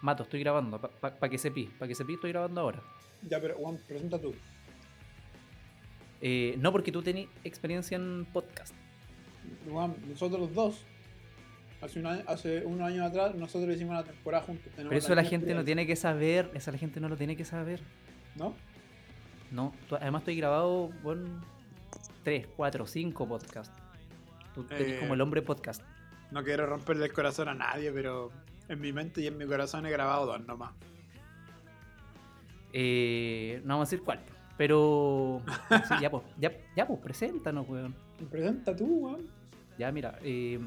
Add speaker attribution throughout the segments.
Speaker 1: Mato, estoy grabando, para pa, pa que se pi, para que se pi estoy grabando ahora.
Speaker 2: Ya, pero Juan, presenta tú.
Speaker 1: Eh, no porque tú tenés experiencia en podcast.
Speaker 2: Juan, nosotros dos, hace, un año, hace unos años atrás, nosotros hicimos la temporada juntos. tenemos
Speaker 1: Pero eso la
Speaker 2: misma
Speaker 1: gente no
Speaker 2: experiencia,
Speaker 1: tiene que saber, eso la gente no lo tiene que saber.
Speaker 2: ¿No?
Speaker 1: No, tú- además estoy grabado con 3, 4, 5 podcasts. Tú tenés
Speaker 2: Eh.
Speaker 1: como el hombre podcast.
Speaker 2: No quiero romperle el corazón a nadie, pero en mi mente y en mi corazón he grabado dos nomás.
Speaker 1: Eh, no vamos a decir cuál, pero... sí, ya pues, ya, ya pues, preséntanos, weón.
Speaker 2: Presenta tú, Juan.
Speaker 1: Ya, mira, eh,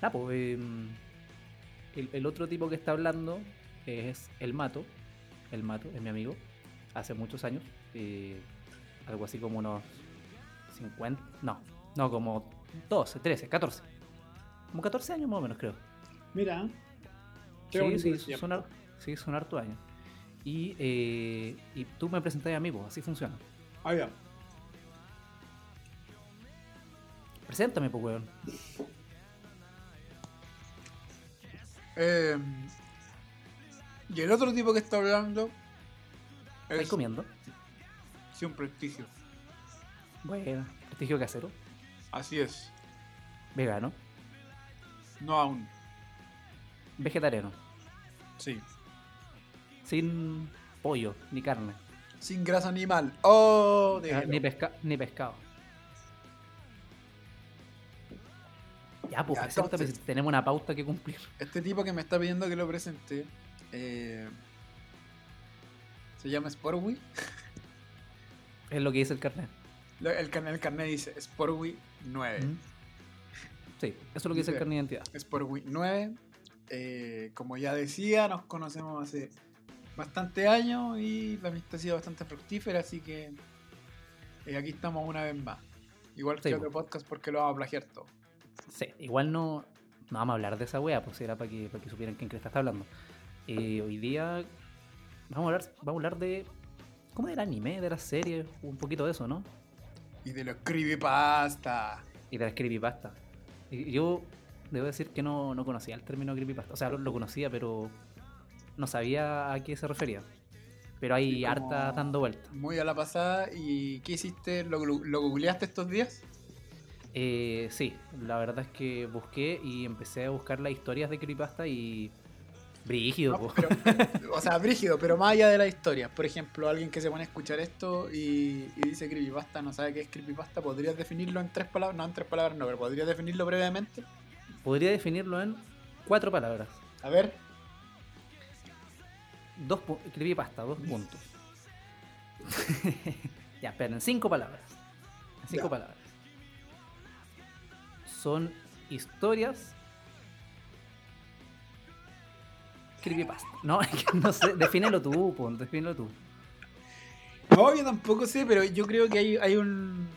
Speaker 1: nada, po, em, el, el otro tipo que está hablando es el Mato. El Mato es mi amigo, hace muchos años, eh, algo así como unos 50, no, no, como 12, 13, 14. Como 14 años más o menos, creo.
Speaker 2: Mira. Qué
Speaker 1: Sí,
Speaker 2: bonito
Speaker 1: sí,
Speaker 2: el tiempo.
Speaker 1: son, har- sí, son harto años. Y, eh, y tú me presentas a mí, po, así funciona.
Speaker 2: Ah, ya.
Speaker 1: Preséntame, pues, weón.
Speaker 2: Eh, y el otro tipo que está hablando
Speaker 1: ¿Estás
Speaker 2: es
Speaker 1: comiendo?
Speaker 2: sí, un prestigio.
Speaker 1: Bueno, prestigio casero,
Speaker 2: Así es.
Speaker 1: vegano,
Speaker 2: No aún.
Speaker 1: vegetariano.
Speaker 2: Sí.
Speaker 1: sin pollo ni carne
Speaker 2: Sin grasa animal. Oh,
Speaker 1: ah,
Speaker 2: déjelo.
Speaker 1: ni, pesca ni pescado ya pues
Speaker 2: Ya,
Speaker 1: preséntame
Speaker 2: entonces-
Speaker 1: si tenemos una pauta que cumplir
Speaker 2: Este tipo que me está pidiendo que lo presente eh, se llama Sportwi.
Speaker 1: es lo que dice el carnet
Speaker 2: Lo- El canal el carnet dice Sportwi 9.
Speaker 1: ¿Mm? sí eso es lo que dice el
Speaker 2: Dice-
Speaker 1: carnet de identidad
Speaker 2: Es por Wii 9. Eh, como ya decía, nos conocemos hace bastante años y la amistad ha sido bastante fructífera, así que eh, aquí estamos una vez más. Igual que
Speaker 1: Sí,
Speaker 2: otro
Speaker 1: po.
Speaker 2: podcast porque lo vamos a plagiar todo.
Speaker 1: sí igual no no vamos a hablar de esa wea pues era para que para que supieran quién cresta está hablando Eh, hoy día vamos a hablar vamos a hablar de cómo del anime de las series un poquito de eso no
Speaker 2: Y de los creepypasta.
Speaker 1: y de las creepypasta. Y- Yo debo decir que no, no conocía el término creepypasta. O sea, lo, lo conocía, pero no sabía a qué se refería. Pero hay
Speaker 2: Sí, como-
Speaker 1: harta dando vueltas.
Speaker 2: Muy a la pasada. ¿Y qué hiciste? ¿Lo, glu- lo googleaste estos días?
Speaker 1: Eh, sí, la verdad es que busqué y empecé a buscar las historias de creepypasta y. Brígido,
Speaker 2: No,
Speaker 1: po.
Speaker 2: pero- o sea, brígido, pero más allá de la historia. Por ejemplo, alguien que se pone a escuchar esto y, y dice creepypasta, no sabe qué es creepypasta, ¿podrías definirlo en tres palabras? No, en tres palabras no, pero ¿podrías definirlo brevemente?
Speaker 1: Podría definirlo en cuatro palabras.
Speaker 2: A ver,
Speaker 1: Dos pu- creepypasta, dos puntos. ya, esperen, en cinco palabras. En cinco
Speaker 2: Ya.
Speaker 1: palabras. Son historias. Creepypasta. No, es que no sé. Defínelo tú, pon, defínelo tú.
Speaker 2: no, yo tampoco sé, pero yo creo que hay, hay un...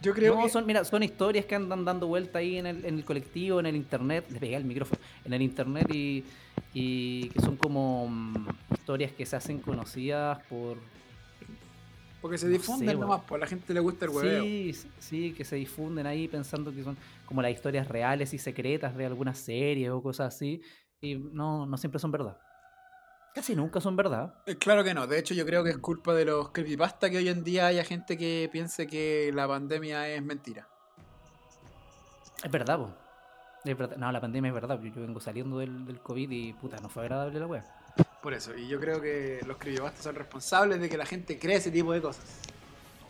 Speaker 2: Yo creo
Speaker 1: no,
Speaker 2: que...
Speaker 1: son, mira, son historias que andan dando vuelta ahí en el, en el colectivo, en el internet. Le pegué el micrófono. En el internet y, y que son como mm, historias que se hacen conocidas por,
Speaker 2: Porque se
Speaker 1: no
Speaker 2: difunden
Speaker 1: sé,
Speaker 2: nomás, pues a la gente le gusta el hueveo.
Speaker 1: Sí, s- sí, que se difunden ahí pensando que son como las historias reales y secretas de algunas series o cosas así. Y no, no siempre son verdad. Casi nunca son verdad.
Speaker 2: Eh, Claro que no, de hecho yo creo que es culpa de los creepypasta que hoy en día haya gente que piense que la pandemia es mentira.
Speaker 1: Es verdad, po. Es verdad. No, la pandemia es verdad. Yo, yo vengo saliendo del, del COVID y puta, no fue agradable la wea.
Speaker 2: Por eso, y yo creo que los creepypasta son responsables de que la gente cree ese tipo de cosas.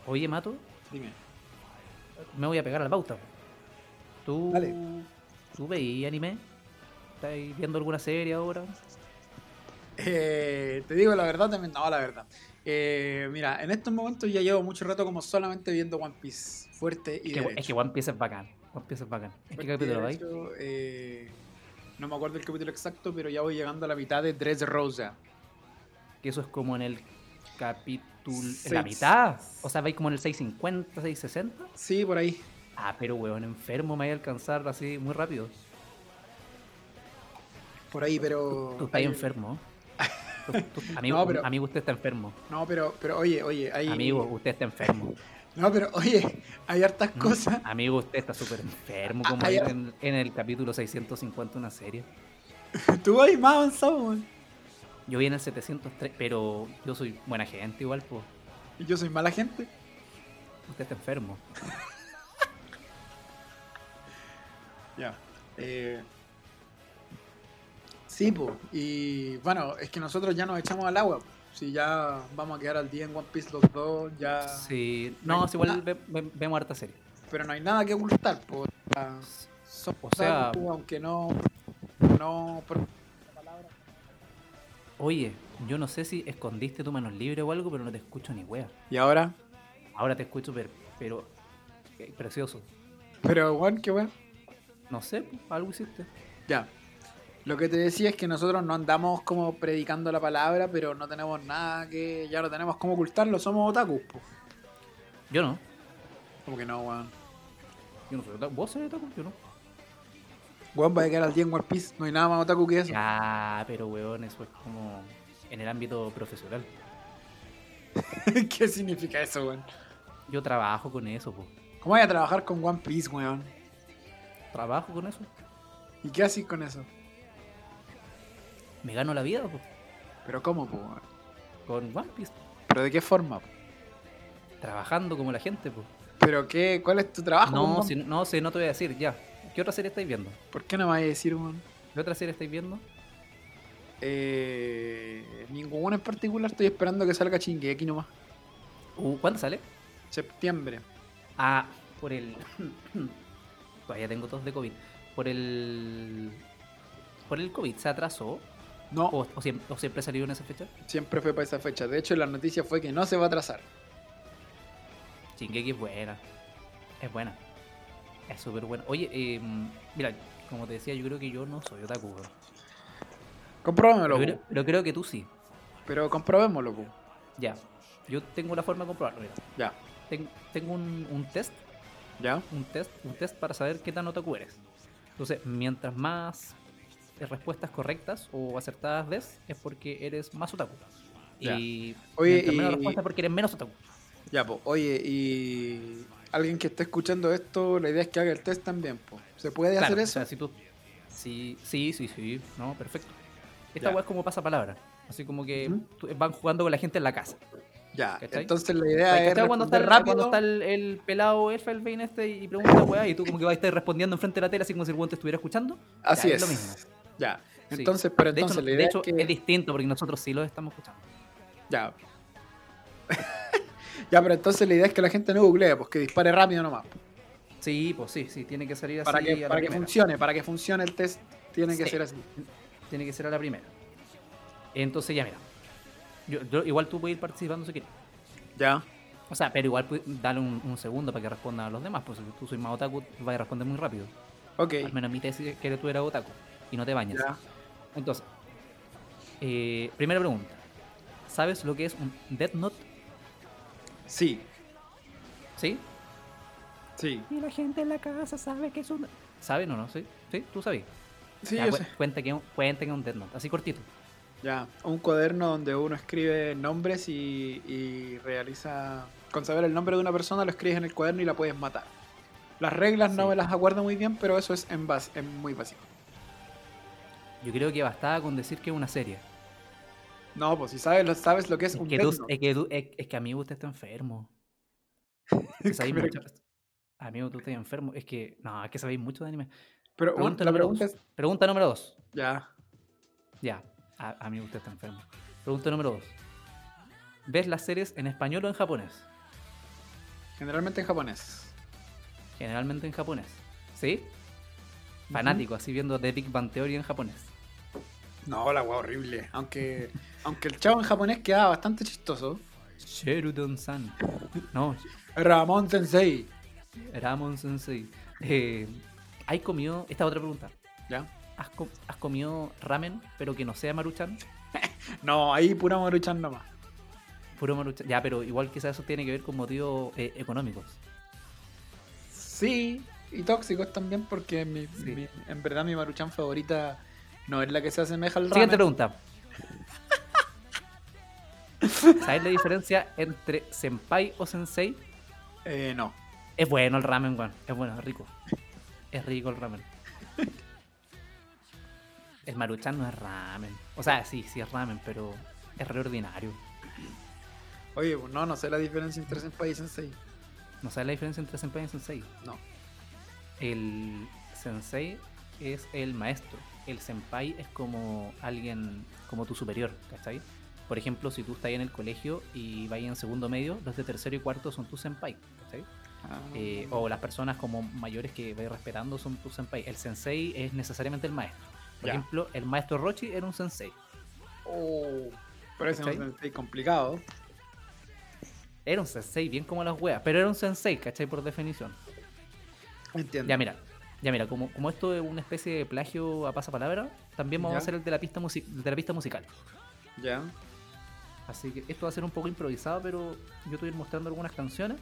Speaker 1: Oye, Mato,
Speaker 2: Dime.
Speaker 1: me voy a pegar a la pauta. po. ¿Tú,
Speaker 2: Dale.
Speaker 1: ¿tú veí anime? ¿Estás viendo alguna serie ahora?
Speaker 2: Eh, te digo la verdad también. No, la verdad. Eh, mira, en estos momentos ya llevo mucho rato como solamente viendo One Piece. Fuerte y
Speaker 1: Que-
Speaker 2: derecho.
Speaker 1: es que One Piece es bacán. One Piece es bacán. ¿En
Speaker 2: Fuerte
Speaker 1: qué
Speaker 2: y
Speaker 1: capítulo vais?
Speaker 2: derecho, eh, no me acuerdo el capítulo exacto, pero ya voy llegando a la mitad de Dress Rosa.
Speaker 1: que eso es como en el capítulo. En
Speaker 2: Seis.
Speaker 1: la mitad. O sea, vais como en el 650, 660.
Speaker 2: Sí, por ahí.
Speaker 1: Ah, pero weón, enfermo me voy a alcanzar así muy rápido.
Speaker 2: Por ahí, pero.
Speaker 1: Tú estás
Speaker 2: hay-
Speaker 1: enfermo. Tú- tú- amigo,
Speaker 2: No, pero-
Speaker 1: amigo, usted está enfermo.
Speaker 2: No, pero, pero oye, oye, hay.
Speaker 1: Amigo, usted está enfermo. Mm,
Speaker 2: No, pero oye, hay hartas cosas.
Speaker 1: Amigo, usted está súper enfermo, como
Speaker 2: Ah,
Speaker 1: ahí
Speaker 2: ya.
Speaker 1: en, en el capítulo 650 de una serie.
Speaker 2: Tú vas más avanzado, weón.
Speaker 1: Yo vi en el 703, pero yo soy buena gente igual, pues.
Speaker 2: Y yo soy mala gente.
Speaker 1: Usted está enfermo.
Speaker 2: Ya. Eh, sí, po. Y bueno, es que nosotros ya nos echamos al agua. po. Si ya vamos a quedar al día en One Piece los dos, ya.
Speaker 1: Sí.
Speaker 2: no
Speaker 1: No,
Speaker 2: hay
Speaker 1: si igual
Speaker 2: nada.
Speaker 1: ve- ve- vemos harta serie.
Speaker 2: Pero no hay nada que ocultar, po. Ya somos
Speaker 1: O sea-
Speaker 2: otaku, aunque no. No. pro-
Speaker 1: Oye, yo no sé si escondiste tu manos libre o algo, pero no te escucho ni wea.
Speaker 2: Y ahora.
Speaker 1: Ahora te escucho, pero, pero eh, precioso.
Speaker 2: Pero, bueno, qué bueno.
Speaker 1: No sé, pues, algo hiciste.
Speaker 2: Ya. Lo que te decía es que nosotros no andamos como predicando la palabra, pero no tenemos nada que. Ya no tenemos cómo ocultarlo, somos otakus, po.
Speaker 1: Yo no.
Speaker 2: Como que no, weón.
Speaker 1: Yo no soy otaku. ¿Vos sois otaku? Yo no.
Speaker 2: Weón, va a quedar al día en One Piece, no hay nada más otaku que eso.
Speaker 1: Ya, pero weón, eso es como en el ámbito profesional.
Speaker 2: ¿Qué significa eso, weón?
Speaker 1: Yo trabajo con eso, pues.
Speaker 2: ¿Cómo vas a trabajar con One Piece, weón?
Speaker 1: Trabajo con eso.
Speaker 2: ¿Y qué haces con eso?
Speaker 1: Me gano la vida, pues.
Speaker 2: ¿Pero cómo, po, weón?
Speaker 1: Con One Piece.
Speaker 2: ¿Pero de qué forma? po?
Speaker 1: Trabajando como la gente, pues.
Speaker 2: ¿Pero qué? ¿Cuál es tu trabajo? con
Speaker 1: No,
Speaker 2: One
Speaker 1: si, no, si no te voy a decir, ya. ¿Qué otra serie estáis viendo?
Speaker 2: Piece? ¿Por qué no me vas a decir, weón?
Speaker 1: ¿Qué otra serie estáis viendo?
Speaker 2: Eh, ninguna en particular, estoy esperando que salga chingue aquí nomás.
Speaker 1: Uh, ¿Cuándo sale?
Speaker 2: Septiembre.
Speaker 1: Ah, por el. Todavía tengo tos de COVID. Por el. Por el COVID, ¿se atrasó?
Speaker 2: No,
Speaker 1: ¿O, o siempre, o siempre salió en esa fecha?
Speaker 2: siempre fue para esa fecha. De hecho, la noticia fue que no se va a atrasar.
Speaker 1: Shingeki es buena. Es buena. Es súper buena. Oye, eh, mira, como te decía, yo creo que yo no soy otaku. weón.
Speaker 2: Comprobémoslo,
Speaker 1: Pero,
Speaker 2: po.
Speaker 1: creo- pero creo que tú sí.
Speaker 2: pero comprobémoslo, po.
Speaker 1: Ya. Yo tengo la forma de comprobarlo. Mira,
Speaker 2: Ya,
Speaker 1: Ten- tengo un, un test.
Speaker 2: ya,
Speaker 1: Un test. Un test para saber qué tan otaku eres. Entonces, mientras más eh, respuestas correctas o acertadas des, es porque eres más otaku.
Speaker 2: Ya.
Speaker 1: Y
Speaker 2: Oye,
Speaker 1: mientras menos
Speaker 2: y-
Speaker 1: respuestas es porque eres menos otaku.
Speaker 2: ya, po. Oye, y alguien que esté escuchando esto, la idea es que haga el test también, po. ¿Se puede
Speaker 1: Claro,
Speaker 2: hacer
Speaker 1: o
Speaker 2: eso?
Speaker 1: sea, si tú... Sí, sí, sí, sí, no, perfecto. Esta
Speaker 2: Ya.
Speaker 1: weá es como pasapalabra. Así como que
Speaker 2: Ujú.
Speaker 1: tú- eh, van jugando con la gente en la casa.
Speaker 2: Ya,
Speaker 1: ¿Cachai?
Speaker 2: entonces la
Speaker 1: Porque,
Speaker 2: idea es
Speaker 1: ¿cachai? cuando está, el,
Speaker 2: responder
Speaker 1: cuando
Speaker 2: rápido.
Speaker 1: está el, el pelado Elfelbein este y pregunta weá y tú como que vas a estar respondiendo enfrente de la tele así como si el weón te estuviera escuchando?
Speaker 2: Así
Speaker 1: ya,
Speaker 2: es.
Speaker 1: es lo mismo.
Speaker 2: Ya.
Speaker 1: Sí.
Speaker 2: Entonces, pero
Speaker 1: De
Speaker 2: entonces
Speaker 1: hecho,
Speaker 2: la
Speaker 1: de
Speaker 2: idea
Speaker 1: hecho,
Speaker 2: es que
Speaker 1: es distinto porque nosotros sí los estamos escuchando.
Speaker 2: ya. ya, pero entonces la idea es que la gente no googlee, pues que dispare rápido nomás.
Speaker 1: Sí, pues sí, sí, tiene que salir así
Speaker 2: Para
Speaker 1: a
Speaker 2: que
Speaker 1: la
Speaker 2: para que
Speaker 1: primera.
Speaker 2: funcione, para que funcione el test tiene que
Speaker 1: Sí.
Speaker 2: ser así.
Speaker 1: Tiene que ser a la primera. Entonces ya mira. Yo- yo- igual tú puedes ir participando si quieres.
Speaker 2: Ya.
Speaker 1: O sea, pero igual pues, dale un, un segundo para que respondan a los demás, pues si tú soy más otaku, vas a responder muy rápido.
Speaker 2: Ok.
Speaker 1: Al menos mi tesis es que tú eras otaku y no te bañas.
Speaker 2: Ya.
Speaker 1: Entonces, eh, primera pregunta. ¿Sabes lo que es un Death Note?
Speaker 2: Sí.
Speaker 1: ¿Sí?
Speaker 2: Sí.
Speaker 1: Y la gente en la casa sabe que es un... ¿Saben o no? ¿Sí? ¿Sí? ¿Tú sabes?
Speaker 2: Sí,
Speaker 1: Ya, pues.
Speaker 2: yo
Speaker 1: cu-
Speaker 2: sé.
Speaker 1: Cuenta que, es un- cuenta que es un Death Note, así cortito.
Speaker 2: Ya. Un cuaderno donde uno escribe nombres y, y realiza. Con saber el nombre de una persona, lo escribes en el cuaderno y la puedes matar. Las reglas no
Speaker 1: Sí.
Speaker 2: me las acuerdo muy bien, pero eso es en base, es muy básico.
Speaker 1: Yo creo que bastaba con decir que es una serie.
Speaker 2: No, pues si sabes lo, sabes lo que es,
Speaker 1: Es
Speaker 2: un
Speaker 1: que,
Speaker 2: Death
Speaker 1: tú-
Speaker 2: Note.
Speaker 1: es, que tú- es- es que amigo usted está este enfermo. Es que sabéis
Speaker 2: Pero-
Speaker 1: mucho- Amigo, tú estás este enfermo. Es que... No, es que sabéis mucho de anime.
Speaker 2: Pero bueno,
Speaker 1: Pregunta
Speaker 2: la
Speaker 1: número
Speaker 2: pregunta
Speaker 1: dos.
Speaker 2: es.
Speaker 1: Pregunta número dos.
Speaker 2: Ya.
Speaker 1: Ya, a, amigo, usted está este enfermo. Pregunta número dos. ¿Ves las series en español o en japonés?
Speaker 2: Generalmente en japonés.
Speaker 1: Generalmente en japonés. ¿Sí? Fanático, así viendo The Big Bang Theory en japonés.
Speaker 2: No, la wea horrible. Aunque, aunque el chavo en japonés quedaba bastante chistoso.
Speaker 1: Sheridan-san. No,
Speaker 2: Ramón Sensei.
Speaker 1: Ramon Sensei. Eh, ¿Has comido... Esta es otra pregunta.
Speaker 2: Ya.
Speaker 1: ¿Has, com- has comido ramen, pero que no sea maruchan?
Speaker 2: No, ahí pura maruchan nomás.
Speaker 1: Puro maruchan. Ya, pero igual quizás eso tiene que ver con motivos eh, económicos.
Speaker 2: Sí, y tóxicos también porque mi-
Speaker 1: Sí.
Speaker 2: mi- en verdad mi maruchan favorita no es la que se asemeja al ramen.
Speaker 1: Siguiente pregunta. ¿Sabes la diferencia entre senpai o sensei?
Speaker 2: Eh, no.
Speaker 1: Es bueno el ramen, weón. Es bueno, es rico. Es rico el ramen. El maruchan no es ramen. O sea, sí, sí es ramen, pero es reordinario.
Speaker 2: Oye, pues no, no sé la diferencia entre senpai y sensei.
Speaker 1: ¿No sabes la diferencia entre senpai y sensei?
Speaker 2: No.
Speaker 1: El sensei es el maestro. El senpai es como alguien, como tu superior, ¿cachai? Por ejemplo, si tú estás ahí en el colegio y vas ahí en segundo medio, los de tercero y cuarto son tus senpai, ¿cachai?
Speaker 2: Ah,
Speaker 1: Eh, o las personas como mayores que vas respetando son tus senpai. El sensei es necesariamente el maestro. Por
Speaker 2: Ya.
Speaker 1: ejemplo, el maestro Rochi era un sensei.
Speaker 2: Oh, pero ese es un
Speaker 1: ¿Cachai?
Speaker 2: sensei complicado.
Speaker 1: Era un sensei, bien como las weas, pero era un sensei, ¿cachai? Por definición.
Speaker 2: Entiendo.
Speaker 1: Ya mira, ya mira, como, como esto es una especie de plagio a pasapalabra, también vamos
Speaker 2: Ya.
Speaker 1: a hacer el de la pista music el de la pista musical.
Speaker 2: Ya.
Speaker 1: Así que esto va a ser un poco improvisado, pero yo te voy a ir mostrando algunas canciones.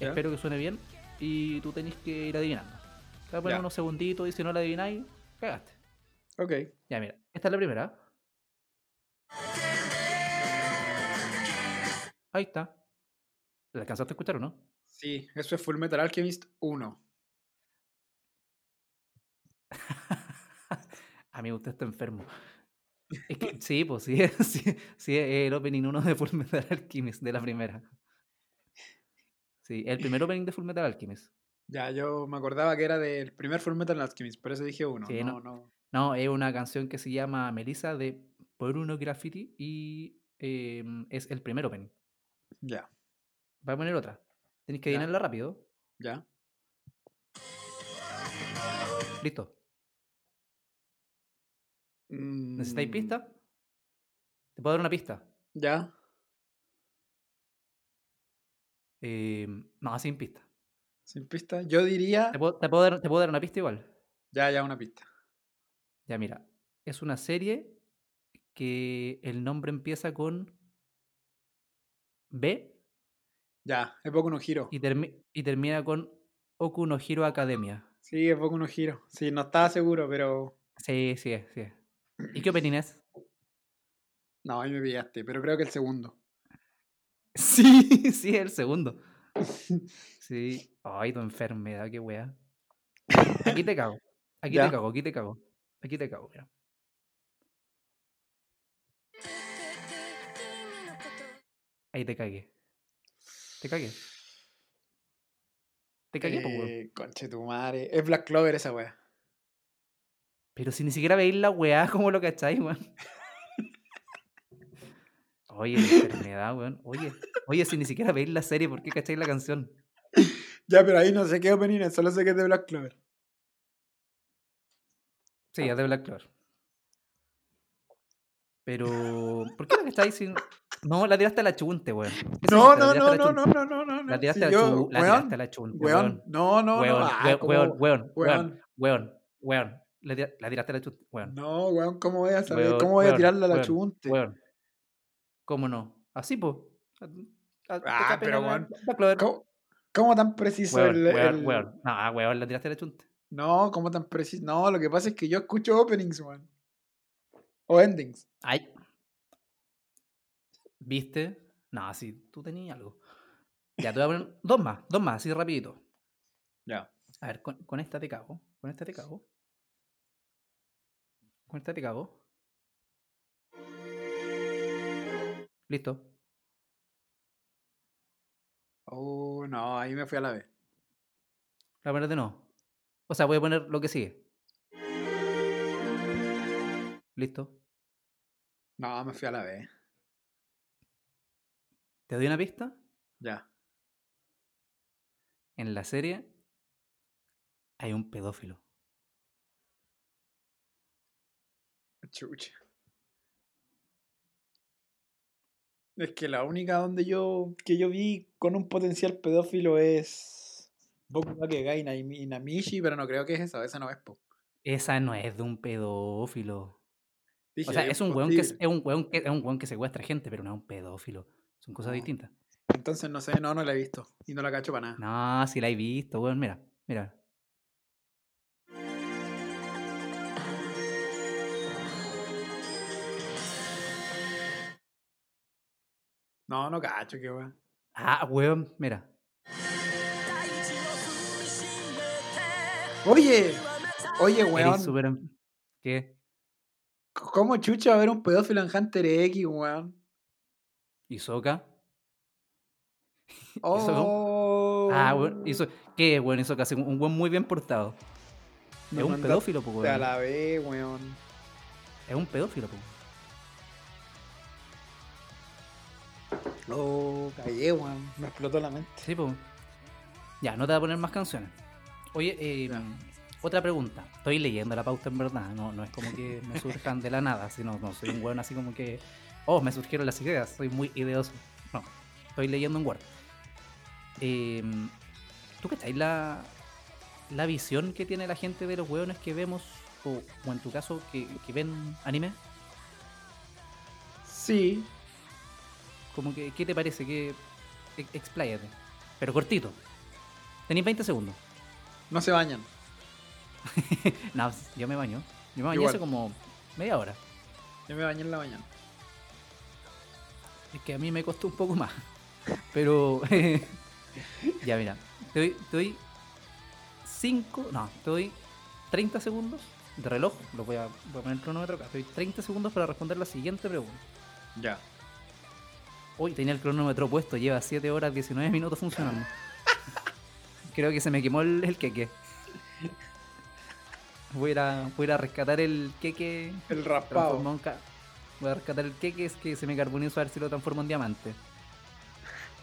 Speaker 2: Ya.
Speaker 1: Espero que suene bien. Y tú tenés que ir adivinando. Te voy a poner
Speaker 2: Ya.
Speaker 1: unos segunditos y si no la adivináis, cagaste.
Speaker 2: Ok.
Speaker 1: Ya mira, esta es la primera. Ahí está. ¿La alcanzaste a escuchar o no?
Speaker 2: Sí, eso es Full Metal Alchemist 1.
Speaker 1: Amigo, usted está enfermo. Es que, sí, pues sí, es- sí, sí, es el opening 1 de Full Metal Alchemist, de la primera. Sí, el primer opening de Full Metal Alchemist.
Speaker 2: Ya, yo me acordaba que era del primer Full Metal Alchemist, por eso dije uno.
Speaker 1: Sí,
Speaker 2: no, no.
Speaker 1: no. No, es una canción que se llama Melissa de Bruno Graffiti y eh, es el primer opening.
Speaker 2: Ya,
Speaker 1: Voy a poner otra. Tenéis que
Speaker 2: Ya.
Speaker 1: adivinarla rápido.
Speaker 2: ya.
Speaker 1: Listo. ¿Necesitáis
Speaker 2: Mm,
Speaker 1: pista? ¿Te puedo dar una pista?
Speaker 2: Ya.
Speaker 1: Eh, no, sin pista.
Speaker 2: Sin pista. Yo diría.
Speaker 1: ¿Te puedo- te puedo dar- te puedo dar una pista igual?
Speaker 2: Ya, ya, una pista.
Speaker 1: Ya, mira. Es una serie que el nombre empieza con B
Speaker 2: Ya, es poco no giro.
Speaker 1: y, termi- y termina con Oku no Hero Academia.
Speaker 2: Sí, es poco no giro. Sí, no estaba seguro, pero.
Speaker 1: Sí, sí, es, sí. es. ¿Y qué opening es?
Speaker 2: No, ahí me pillaste, pero creo que el segundo.
Speaker 1: Sí, sí, es el segundo. Sí. Ay, tu enfermedad, qué wea. Aquí te cago. Aquí
Speaker 2: Ya.
Speaker 1: te cago, aquí te cago. Aquí te cago, mira. Ahí te cagué. Te cagué. Te cagué, po, pues, weón.
Speaker 2: Eh, conche tu madre. Es Black Clover esa wea.
Speaker 1: Pero si ni siquiera veis la weá, ¿cómo lo cacháis, weón? Oye, la enfermedad, weón. Oye, oye, si ni siquiera veis la serie, ¿por qué cacháis la canción?
Speaker 2: Ya, pero ahí no sé qué opening es, solo sé que es de Black Clover.
Speaker 1: Sí,
Speaker 2: Ah.
Speaker 1: es de Black Clover. Pero, ¿por qué la cacháis sin...? No, la tiraste a la chunte, weón. Esa es
Speaker 2: No,
Speaker 1: otra, la
Speaker 2: no,
Speaker 1: tiraste
Speaker 2: no,
Speaker 1: a la
Speaker 2: no,
Speaker 1: chunte.
Speaker 2: no, no, no, no, no.
Speaker 1: La tiraste,
Speaker 2: Si
Speaker 1: a, la
Speaker 2: yo-
Speaker 1: chu- la
Speaker 2: weón,
Speaker 1: tiraste a la chunte,
Speaker 2: weón,
Speaker 1: weón.
Speaker 2: No, no,
Speaker 1: Weón,
Speaker 2: no. ah,
Speaker 1: weón,
Speaker 2: ¿cómo-
Speaker 1: weón, weón,
Speaker 2: weón.
Speaker 1: weón, weón, weón. La tira- la tiraste a la chunte, weón.
Speaker 2: No, weón, ¿cómo voy a saber?
Speaker 1: Weón,
Speaker 2: ¿Cómo voy a
Speaker 1: weón,
Speaker 2: tirarla a la
Speaker 1: weón,
Speaker 2: chunte?
Speaker 1: Weón. ¿Cómo no? Así, po. A- a- te
Speaker 2: Ah,
Speaker 1: capela
Speaker 2: pero
Speaker 1: la-
Speaker 2: weón,
Speaker 1: la Clover.
Speaker 2: ¿Cómo, cómo tan preciso
Speaker 1: Weón,
Speaker 2: el,
Speaker 1: weón,
Speaker 2: el-
Speaker 1: weón. No, weón, la tiraste a la chunte.
Speaker 2: No, cómo tan preciso. No, lo que pasa es que yo escucho openings, weón. O endings.
Speaker 1: Ay. ¿Viste? No, sí, tú tenías algo. Ya, te voy a poner dos más, dos más, así rapidito.
Speaker 2: Ya.
Speaker 1: A ver, con, con esta te cago. Con esta te cago. Con esta te cago. Listo.
Speaker 2: Oh, no, ahí me fui a la vez.
Speaker 1: La verdad que no. O sea, voy a poner lo que sigue. Listo.
Speaker 2: No, me fui a la vez.
Speaker 1: ¿Te doy una pista?
Speaker 2: Ya.
Speaker 1: En la serie hay un pedófilo.
Speaker 2: Chucha. Es que la única donde yo que yo vi con un potencial pedófilo es Boku no Kegai Naimi- Inamishi, pero no creo que es esa, esa no es po.
Speaker 1: Esa no es de un pedófilo.
Speaker 2: Dije,
Speaker 1: O sea,
Speaker 2: es
Speaker 1: es un weón que, es
Speaker 2: imposible.
Speaker 1: es un weón que, es un weón que secuestra gente, pero no es un pedófilo. Son cosas
Speaker 2: No.
Speaker 1: distintas.
Speaker 2: Entonces no sé, no, no la he visto y no la cacho para nada.
Speaker 1: No, si la he visto, weón. Mira, mira.
Speaker 2: No, no cacho, qué weón.
Speaker 1: Ah, weón, mira.
Speaker 2: Oye, oye,
Speaker 1: Eres
Speaker 2: weón,
Speaker 1: súper en- ¿Qué?
Speaker 2: ¿Cómo chucha va a haber un pedófilo en Hunter X, weón?
Speaker 1: Hisoka.
Speaker 2: Oh.
Speaker 1: Ah, bueno, hizo, ¿qué, weón? Hisoka hace un, un buen muy bien portado.
Speaker 2: Me
Speaker 1: es un
Speaker 2: mandaste
Speaker 1: pedófilo, po,
Speaker 2: A
Speaker 1: weón.
Speaker 2: la vez, weón.
Speaker 1: Es un pedófilo, po.
Speaker 2: Oh, callé, weón. Me explotó la mente.
Speaker 1: Sí, po. Ya, no te voy a poner más canciones. Oye, eh,
Speaker 2: Ya.
Speaker 1: otra pregunta. Estoy leyendo la pauta en verdad. No, no es como que me surjan de la nada, sino no soy un weón así como que. Oh, me surgieron las ideas. Soy muy ideoso. No, estoy leyendo en Word. Eh, ¿Tú cacháis la, la visión que tiene la gente de los weones que vemos, o, o en tu caso, que, que ven anime?
Speaker 2: Sí.
Speaker 1: Como que, ¿Qué te parece? que Expláyate. Pero cortito. Tenéis 20 segundos.
Speaker 2: No se bañan.
Speaker 1: No, yo me baño. Yo me bañé
Speaker 2: Igual.
Speaker 1: hace como media hora.
Speaker 2: Yo me bañé en la mañana.
Speaker 1: Es que a mí me costó un poco más. Pero. ya, mira. Te doy, te doy cinco- No, te doy 30 segundos de reloj. Lo voy a, voy a poner el cronómetro acá. Te doy 30 segundos para responder la siguiente pregunta.
Speaker 2: Ya.
Speaker 1: Hoy tenía el cronómetro puesto. Lleva 7 horas 19 minutos funcionando. Creo que se me quemó el, el queque. Voy a, ir a- voy a ir a rescatar el queque
Speaker 2: El
Speaker 1: transformó
Speaker 2: raspado.
Speaker 1: en ca- Voy a rescatar el queque, es que se me carbonizo a ver si lo transformo en diamante.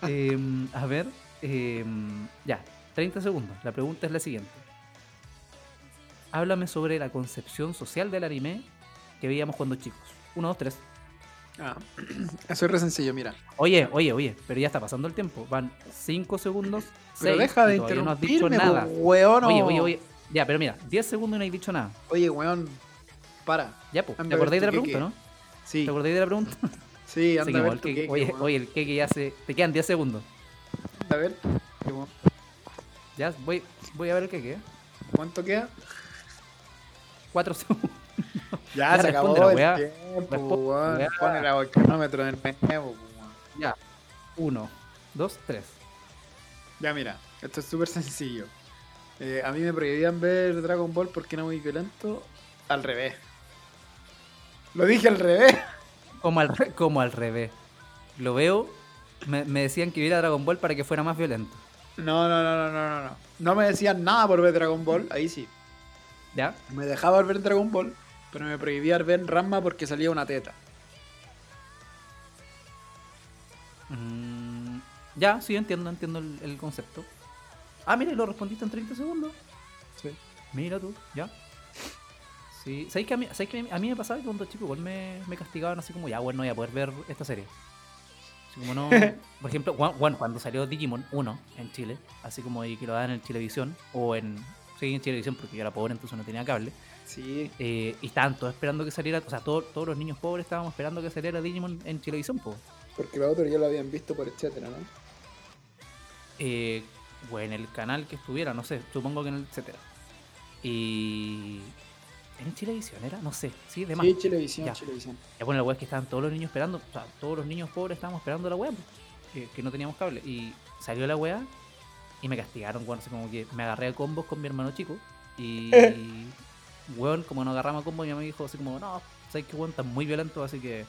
Speaker 1: Em, a ver, em, ya, 30 segundos. La pregunta es la siguiente. Háblame sobre la concepción social del anime que veíamos cuando chicos. Uno, dos, tres.
Speaker 2: Ah. Eso es re sencillo, mira.
Speaker 1: Oye, oye, oye, pero ya está pasando el tiempo. Van 5 segundos.
Speaker 2: Pero
Speaker 1: seis,
Speaker 2: deja de
Speaker 1: y todavía no has dicho
Speaker 2: interrumpirme,
Speaker 1: nada.
Speaker 2: po, weón.
Speaker 1: Oye, oye, oye. Ya, pero mira, 10 segundos y no has dicho nada.
Speaker 2: Oye, weón. Para.
Speaker 1: Ya, pues.
Speaker 2: Anda
Speaker 1: ¿Te
Speaker 2: a ver
Speaker 1: acordáis de la
Speaker 2: tu queque.
Speaker 1: pregunta, no?
Speaker 2: Sí.
Speaker 1: ¿Te acordáis de la pregunta?
Speaker 2: Sí, anda a
Speaker 1: Seguimos,
Speaker 2: ver
Speaker 1: el
Speaker 2: tu
Speaker 1: que-
Speaker 2: queque,
Speaker 1: oye,
Speaker 2: weón.
Speaker 1: oye, el que ya se. Te quedan 10 segundos.
Speaker 2: Anda a ver. qué weón.
Speaker 1: Ya voy, voy a ver el ¿eh? que queda.
Speaker 2: ¿Cuánto queda?
Speaker 1: 4 segundos.
Speaker 2: Ya,
Speaker 1: Ya,
Speaker 2: se acabó
Speaker 1: responde la
Speaker 2: el
Speaker 1: weá.
Speaker 2: tiempo,
Speaker 1: Responde la
Speaker 2: weón.
Speaker 1: weá.
Speaker 2: Pone la- el cronómetro del nuevo, weón.
Speaker 1: Ya. 1, 2, 3.
Speaker 2: Ya, mira, esto es súper sencillo. Eh, a mí me prohibían ver Dragon Ball porque era muy violento. Al revés. Lo dije al revés.
Speaker 1: Como al, re- como al revés. Lo veo. Me, me decían que viera Dragon Ball para que fuera más violento.
Speaker 2: No, no, no, no, no, no, no. No me decían nada por ver Dragon Ball, ahí sí.
Speaker 1: ¿Ya?
Speaker 2: Me dejaba ver Dragon Ball, pero me prohibían ver Ranma porque salía una teta.
Speaker 1: Mm, ya, sí, entiendo, entiendo el, el concepto. Ah, mira, lo respondiste en 30 segundos.
Speaker 2: Sí.
Speaker 1: Mira tú, ya. Sí, ¿sabéis que, a mí, sabéis que a mí- a mí me pasaba que cuando chico igual me, me castigaban así como, ya, bueno, no voy a poder ver esta serie? Así como no. Por ejemplo, Juan, Juan, cuando salió Digimon 1 en Chile, así como ahí que lo daban en Chilevisión, o en. Sí, en Chilevisión, porque yo era pobre, entonces no tenía cable.
Speaker 2: Sí.
Speaker 1: eh, y estaban todos esperando que saliera, o sea, todo- todos los niños pobres estábamos esperando que saliera Digimon en Chilevisión, po.
Speaker 2: Porque los otros ya lo habían visto por etcétera, ¿no?
Speaker 1: eh, o en el canal que estuviera, no sé, supongo que en el etcétera. Y. ¿En Chilevisión era? No sé, sí, de más.
Speaker 2: Sí, televisión,
Speaker 1: Ya.
Speaker 2: televisión.
Speaker 1: Ya bueno, la weá es que estaban todos los niños esperando, o sea, todos los niños pobres estábamos esperando la weá, que, que no teníamos cable. Y salió la weá y me castigaron, weón, así como que me agarré a combos con mi hermano chico. Y. weón, como nos agarramos a combos, mi mamá dijo así como, no, sabes que weón, están muy violentos, así que.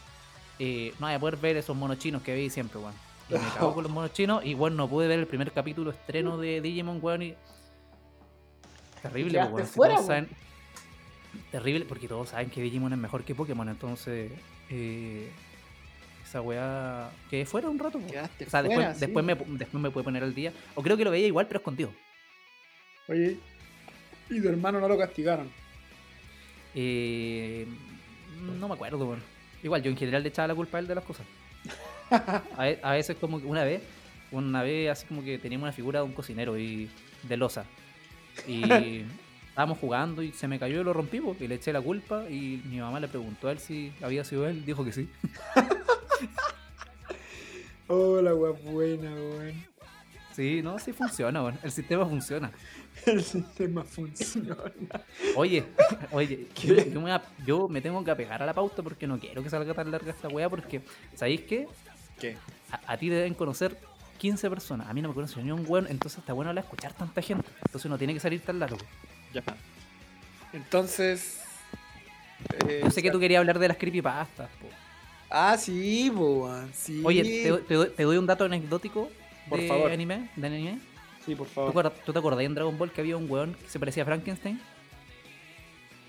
Speaker 1: eh, no voy a poder ver esos monos chinos que veis siempre, weón. Y me cago con los monos chinos y weón, no pude ver el primer capítulo estreno de Digimon, weón, y. Terrible, pues,
Speaker 2: Quedaste
Speaker 1: weón. si
Speaker 2: fuera, pues.
Speaker 1: todos
Speaker 2: weón.
Speaker 1: saben- Terrible, porque todos saben que Digimon es mejor que Pokémon, entonces. eh, esa weá. Que fuera un rato, po.
Speaker 2: Quedaste
Speaker 1: O sea, después,
Speaker 2: fuera, sí.
Speaker 1: después, me, pu- después me puede poner al día. O creo que lo veía igual, pero escondido.
Speaker 2: Oye, y tu hermano no lo castigaron.
Speaker 1: Eh, no me acuerdo, bueno. Igual, yo en general le echaba la culpa a él de las cosas. A, ve- a veces como que una vez, una vez así como que teníamos una figura de un cocinero y de losa. Y estábamos jugando y se me cayó y lo rompí po, y le eché la culpa y mi mamá le preguntó a él si había sido él, dijo que sí.
Speaker 2: Oh, la wea buena, weón.
Speaker 1: Sí, no, sí funciona, bueno. el sistema funciona.
Speaker 2: El sistema funciona.
Speaker 1: Oye, oye, yo, yo me, voy a- yo me tengo que apegar a la pauta porque no quiero que salga tan larga esta wea porque, ¿sabéis qué?
Speaker 2: ¿Qué?
Speaker 1: A, a ti deben conocer 15 personas, a mí no me conoce ni un weón, entonces está bueno la escuchar tanta gente, entonces no tiene que salir tan largo.
Speaker 2: Entonces,
Speaker 1: Yo sé que tú querías hablar de las creepypastas. po.
Speaker 3: Ah, sí, po, weón, sí.
Speaker 1: Oye, te, do- te doy- te doy un dato anecdótico
Speaker 3: Por
Speaker 1: de
Speaker 3: favor.
Speaker 1: anime. De anime.
Speaker 3: Sí, por
Speaker 1: ¿Tú,
Speaker 3: favor.
Speaker 1: acuerdas- tú te acordás en Dragon Ball que había un weón que se parecía a Frankenstein?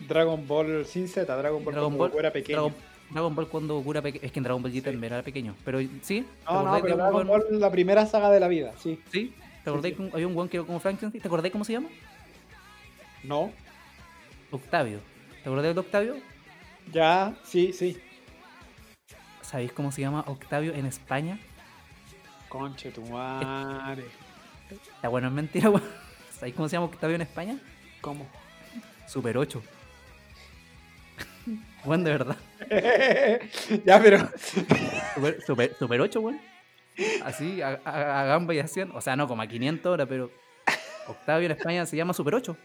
Speaker 2: Dragon Ball sin Z, Dragon Ball
Speaker 1: Dragon
Speaker 2: cuando
Speaker 1: Ball,
Speaker 2: Goku era pequeño.
Speaker 1: Dragon, Dragon Ball cuando Goku era pequeño. Es que en Dragon Ball Z también era pequeño. Pero sí, ¿te
Speaker 2: No,
Speaker 1: acordás
Speaker 2: no,
Speaker 1: de
Speaker 2: pero
Speaker 1: un
Speaker 2: Dragon
Speaker 1: weón-
Speaker 2: Ball la primera saga de la vida, sí.
Speaker 1: Sí, ¿te acordás
Speaker 2: sí.
Speaker 1: que un- había un weón que era como Frankenstein? ¿Te acordás cómo se llama?
Speaker 2: No.
Speaker 1: Octavio. ¿Te acordás de Octavio?
Speaker 2: Ya, sí, sí.
Speaker 1: ¿Sabéis cómo se llama Octavio en España?
Speaker 2: Conche tu madre.
Speaker 1: La buena es mentira, weón. ¿Sabéis cómo se llama Octavio en España?
Speaker 2: ¿Cómo?
Speaker 1: Super 8. Weón, de verdad.
Speaker 2: ya, pero.
Speaker 1: Super, super, super 8, weón. Así, a, a- a gamba y a 100. O sea, no como a 500 ahora, pero Octavio en España se llama Super 8.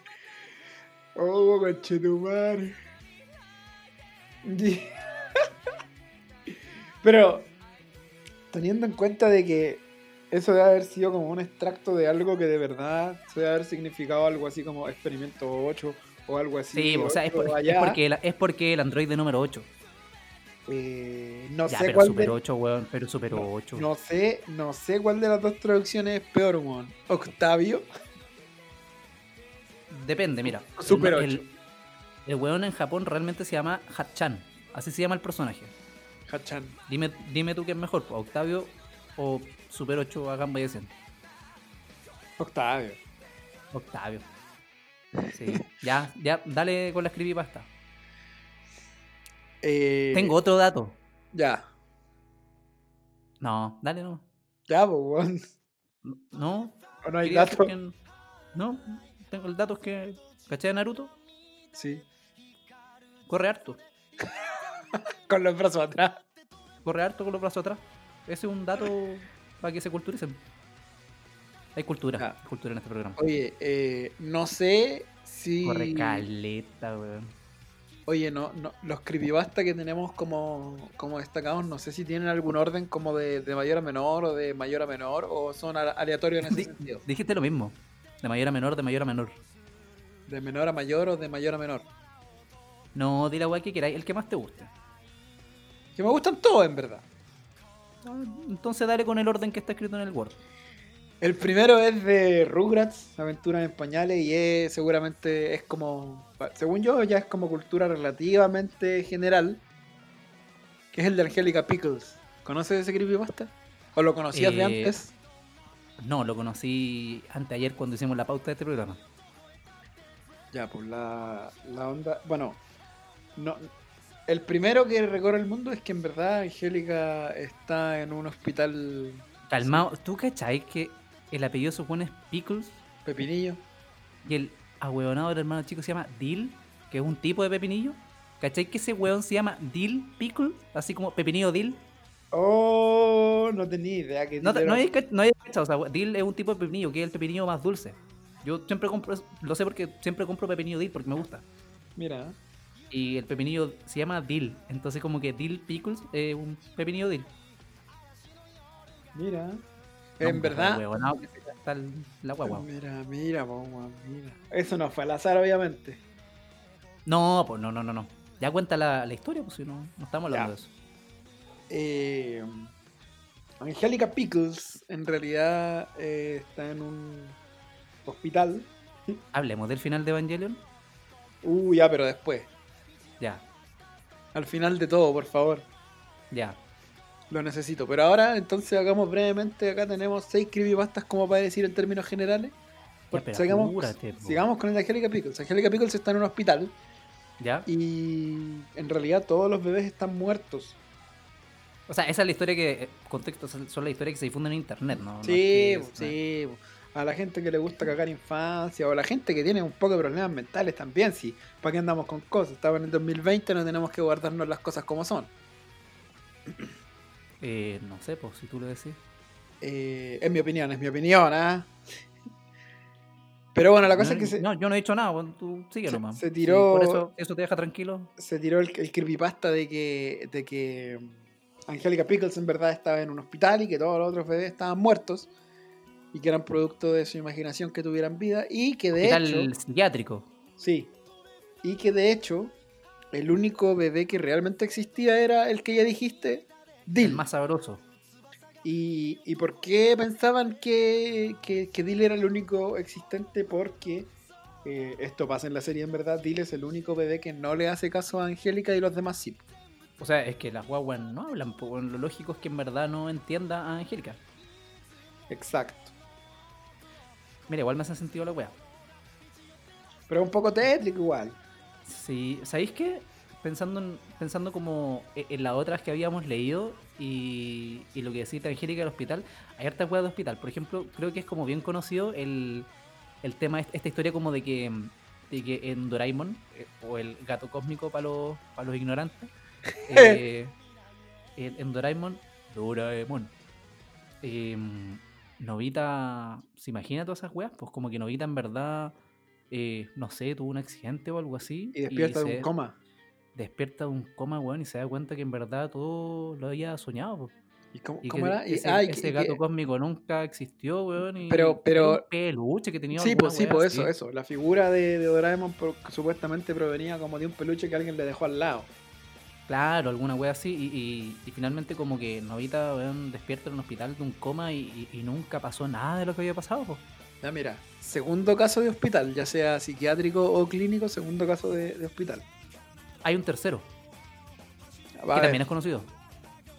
Speaker 2: Oh, conche tu madre. Ye- pero, teniendo en cuenta de que eso debe haber sido como un extracto de algo que de verdad se debe haber significado algo así como experimento 8 o algo así.
Speaker 1: Sí, o sea, es, por- es
Speaker 2: 8 allá.
Speaker 1: porque el, es porque el Android de número 8.
Speaker 2: Eh, no
Speaker 1: ya,
Speaker 2: sé
Speaker 1: pero
Speaker 2: cuál
Speaker 1: Super
Speaker 2: de-
Speaker 1: 8, weón. Pero Super 8.
Speaker 2: No sé, no sé cuál de las dos traducciones es peor, weón. Octavio.
Speaker 1: Depende, mira.
Speaker 2: Super
Speaker 1: El-
Speaker 2: 8.
Speaker 1: El, el weón en Japón realmente se llama Hachan. Así se llama el personaje.
Speaker 2: Hachan.
Speaker 1: Dime, dime tú qué es mejor, po, Octavio o Super 8 a gamba y a 100.
Speaker 2: Octavio.
Speaker 1: Octavio. Sí. ya, ya, dale con la creepypasta.
Speaker 2: Eh,
Speaker 1: Tengo otro dato.
Speaker 2: Ya.
Speaker 1: No, dale no.
Speaker 2: Ya, po, weón.
Speaker 1: No,
Speaker 2: O no hay
Speaker 1: quería
Speaker 2: datos.
Speaker 1: decir que- No, tengo el dato es que. ¿Cachai de Naruto?
Speaker 2: Sí.
Speaker 1: Corre harto.
Speaker 2: Con los brazos atrás.
Speaker 1: Corre harto con los brazos atrás. Ese es un dato para que se culturicen. Hay cultura,
Speaker 2: Ya.
Speaker 1: hay cultura en este programa.
Speaker 2: Oye, eh, no sé si.
Speaker 1: Corre caleta, weón.
Speaker 2: Oye, no, no, los creepypasta que tenemos como, como destacados, no sé si tienen algún orden como de, de mayor a menor o de mayor a menor o son a- aleatorios en ese
Speaker 1: Di-
Speaker 2: sentido.
Speaker 1: Dijiste lo mismo. De mayor a menor, de mayor a menor.
Speaker 2: De menor a mayor o de mayor a menor.
Speaker 1: No, di la weá que queráis, el que más te guste.
Speaker 2: Que me gustan todos, en verdad.
Speaker 1: Ah, Entonces dale con el orden que está escrito en el Word.
Speaker 2: El primero es de Rugrats, Aventuras en Pañales, y es, seguramente es como, según yo, ya es como cultura relativamente general, que es el de Angélica Pickles. ¿Conoces ese creepypasta? ¿O lo conocías de
Speaker 1: Eh,
Speaker 2: antes?
Speaker 1: No, lo conocí anteayer cuando hicimos la pauta de este programa.
Speaker 2: Ya, pues la, la onda, bueno, no, el primero que recorre el mundo es que en verdad Angélica está en un hospital
Speaker 1: Calmao, ¿tú cacháis que el apellido supone es Pickles
Speaker 2: pepinillo.
Speaker 1: y el ahueonado del hermano chico se llama Dill, que es un tipo de pepinillo? ¿Cacháis que ese hueón se llama Dill Pickles? Así como pepinillo Dill.
Speaker 2: Oh, no tenía idea que
Speaker 1: No, te-
Speaker 2: era-
Speaker 1: no hay cach- no hay cachado, o sea, we- Dill es un tipo de pepinillo, que es el pepinillo más dulce. Yo siempre compro, es- lo sé porque siempre compro pepinillo Dill porque me gusta.
Speaker 2: Mira,
Speaker 1: Y el pepinillo se llama Dill, entonces como que Dill Pickles es un pepinillo Dill.
Speaker 2: mira. En verdad,
Speaker 1: Hueonado que se gasta el- la guagua.
Speaker 2: Mira, mira, po, weón, mira. Eso no fue al azar, obviamente.
Speaker 1: No, pues no, no, no, no. Ya cuenta la, la historia, pues si no, no estamos hablando
Speaker 2: Ya.
Speaker 1: de eso.
Speaker 2: Eh, Angélica Pickles, en realidad, eh, está en un hospital.
Speaker 1: Hablemos del final de Evangelion.
Speaker 2: Uh, ya, pero después.
Speaker 1: Ya,
Speaker 2: Al final de todo, por favor.
Speaker 1: ya.
Speaker 2: Lo necesito. Pero ahora, entonces, hagamos brevemente. Acá tenemos seis creepypastas, como para decir en términos generales. Por-
Speaker 1: pero
Speaker 2: sigamos,
Speaker 1: apúrate, po.
Speaker 2: sigamos con el de Angélica Pickles. Angélica Pickles está en un hospital
Speaker 1: Ya.
Speaker 2: y en realidad todos los bebés están muertos.
Speaker 1: O sea, esa es la historia que. eh, Contexto, son son las historias que se difunden en internet, ¿no? eh. No es
Speaker 2: Sí,
Speaker 1: que-
Speaker 2: bo, sí. bo. A la gente que le gusta cagar infancia o a la gente que tiene un poco de problemas mentales también, sí. ¿Para qué andamos con cosas? Estamos en el 2020, no tenemos que guardarnos las cosas como son.
Speaker 1: Eh, no sé, pues si tú lo decís.
Speaker 2: Eh, es mi opinión, es mi opinión, ¿ah? Pero bueno, la
Speaker 1: no,
Speaker 2: cosa es que se,
Speaker 1: no, yo no he dicho nada, weón, tú sigue
Speaker 2: se-
Speaker 1: nomás.
Speaker 2: se
Speaker 1: Sí,
Speaker 2: tiró-
Speaker 1: por eso, eso te deja tranquilo.
Speaker 2: se tiró el, el creepypasta de que, de que Angélica Pickles en verdad estaba en un hospital y que todos los otros bebés estaban muertos y que eran producto de su imaginación que tuvieran vida y que de
Speaker 1: ¿Qué tal
Speaker 2: hecho...
Speaker 1: el psiquiátrico?
Speaker 2: Sí. Y que de hecho, el único bebé que realmente existía era el que ya dijiste,
Speaker 1: El
Speaker 2: Dil.
Speaker 1: más sabroso.
Speaker 2: ¿Y, y por qué pensaban que, que, que Dil era el único existente? Porque eh, esto pasa en la serie, en verdad. Dil es el único bebé que no le hace caso a Angélica y los demás sí.
Speaker 1: O sea, es que las guaguas no hablan, po, weón. lo lógico es que en verdad no entienda a Angélica.
Speaker 2: Exacto.
Speaker 1: Mira, igual me hace sentido la wea.
Speaker 2: Pero es un poco tétrico igual.
Speaker 1: Sí, ¿sabéis qué? Pensando, en- pensando como e- en las otras que habíamos leído y, y lo que decía Angélica del hospital, hay hartas weas de hospital. Por ejemplo, creo que es como bien conocido el, el tema, est- esta historia como de que, de que en Doraemon, eh, o el gato cósmico para los, para los ignorantes, eh, en en Doraemon, Doraemon, em, Novita, ¿se imagina todas esas weas? Pues como que Novita en verdad, eh, no sé, tuvo un accidente o algo así.
Speaker 2: Y despierta de
Speaker 1: se
Speaker 2: un coma.
Speaker 1: Despierta de un coma, weón, y se da cuenta que en verdad todo lo había soñado. po.
Speaker 2: ¿Y cómo,
Speaker 1: Y
Speaker 2: cómo
Speaker 1: que
Speaker 2: era? Y-
Speaker 1: ese,
Speaker 2: ah, y-
Speaker 1: ese
Speaker 2: y-
Speaker 1: gato cósmico nunca existió, weón. Y
Speaker 2: Pero-
Speaker 1: era
Speaker 2: pero-
Speaker 1: un peluche que tenía
Speaker 2: Sí,
Speaker 1: alguna
Speaker 2: pues sí,
Speaker 1: wea
Speaker 2: pues
Speaker 1: así.
Speaker 2: eso, eso. La figura de, de Doraemon pro- supuestamente provenía como de un peluche que alguien le dejó al lado.
Speaker 1: Claro, alguna wea así. Y, y- y finalmente, como que Novita, weón, despierta en un hospital de un coma y, y- y nunca pasó nada de lo que había pasado, po.
Speaker 2: Ya mira, segundo caso de hospital, ya sea psiquiátrico o clínico, segundo caso de, de hospital.
Speaker 1: Hay un tercero,
Speaker 2: Va
Speaker 1: que
Speaker 2: a
Speaker 1: también
Speaker 2: ver,
Speaker 1: es conocido,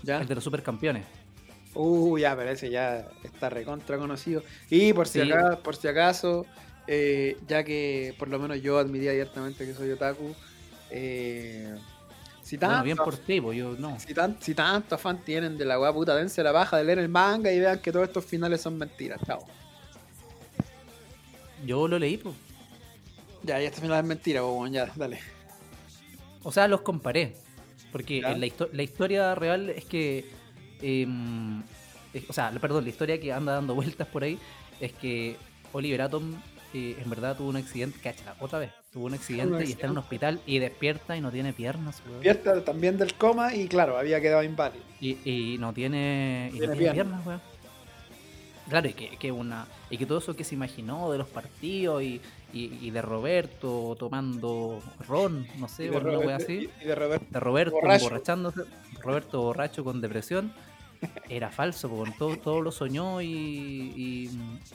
Speaker 2: ¿ya?
Speaker 1: el de los supercampeones.
Speaker 2: Uh, ya, pero ese ya está recontra conocido. Y por si,
Speaker 1: Sí.
Speaker 2: acaso, por si acaso, eh, ya que por lo menos yo admití abiertamente que soy otaku, eh, si,
Speaker 1: Bueno,
Speaker 2: tanto,
Speaker 1: bien pues. por ti, po, yo no.
Speaker 2: si, tan- si tanto afán tienen de la weá puta, dense la baja de leer el manga y vean que todos estos finales son mentiras, chao.
Speaker 1: Yo lo leí, pues. po.
Speaker 2: Ya, ya este final es mentira, po, weón, ya, dale.
Speaker 1: Ah. O sea, los comparé. Porque
Speaker 2: Ya.
Speaker 1: en la, histo- la historia real es que. em, es- o sea, la- perdón, la historia que anda dando vueltas por ahí es que Oliver Atom eh, en verdad tuvo un accidente. Cacha, otra vez. Tuvo un accidente y está en un hospital y despierta y no tiene piernas, weón.
Speaker 2: Despierta también del coma y claro, había quedado inválido.
Speaker 1: Y, y no tiene, y no
Speaker 2: Tiene
Speaker 1: tiene
Speaker 2: piernas.
Speaker 1: piernas, weón. Claro, y que, que una, y que todo eso que se imaginó de los partidos y, y- y de Roberto tomando ron, no
Speaker 2: Y
Speaker 1: sé,
Speaker 2: de
Speaker 1: alguna wea
Speaker 2: Robert-
Speaker 1: así.
Speaker 2: y- y de Robert-
Speaker 1: de Roberto
Speaker 2: Borracho.
Speaker 1: emborrachándose, Roberto borracho con depresión, era falso, po, weón. todo, todo lo soñó y, y-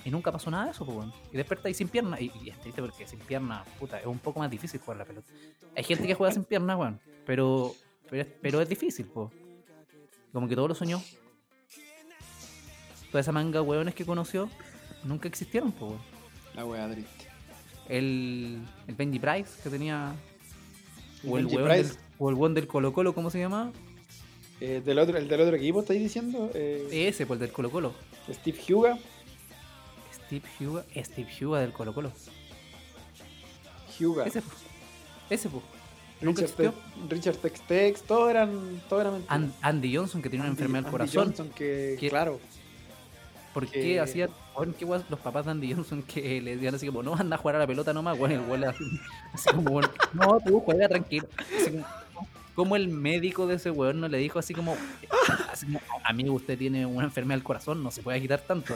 Speaker 1: y nunca pasó nada de eso, po, weón. y despierta ahí sin pierna, y, y es triste porque sin pierna, puta, es un poco más difícil jugar la pelota. Hay gente que juega sin pierna, weón, pero, pero, es- pero es difícil, po. como que todo lo soñó. Toda esa manga de weones que conoció nunca existieron, po, weón.
Speaker 2: La wea triste.
Speaker 1: El, el Benji Price que tenía...
Speaker 2: El
Speaker 1: O el,
Speaker 2: Benji
Speaker 1: weón del,
Speaker 2: Price.
Speaker 1: o el weón del Colo Colo, ¿cómo se llamaba?
Speaker 2: Eh, del otro, el del otro equipo, ¿estáis diciendo? Eh,
Speaker 1: Ese, pues el del Colo Colo.
Speaker 2: Steve Huga.
Speaker 1: Steve Huga, Steve Huga del Colo Colo.
Speaker 2: Huga.
Speaker 1: Ese, po. ese, po. nunca
Speaker 2: Richard,
Speaker 1: existió.
Speaker 2: Tex- Richard Tex Tex, todo eran, todo era mentira.
Speaker 1: An- Andy Johnson, que tenía una
Speaker 2: Andy-
Speaker 1: enfermedad
Speaker 2: Andy
Speaker 1: al corazón.
Speaker 2: Johnson, que,
Speaker 1: que-
Speaker 2: claro.
Speaker 1: ¿Por
Speaker 2: que-
Speaker 1: qué hacían, weón, qué guas los papás de Andy Johnson que le decían así como, no, anda a jugar a la pelota nomás, weón, el weón le hacía- así como, weón, no, tú juega tranquilo. Así como, como el médico de ese weón no le dijo así como, así como, amigo, usted tiene una enfermedad al corazón, no se puede agitar tanto.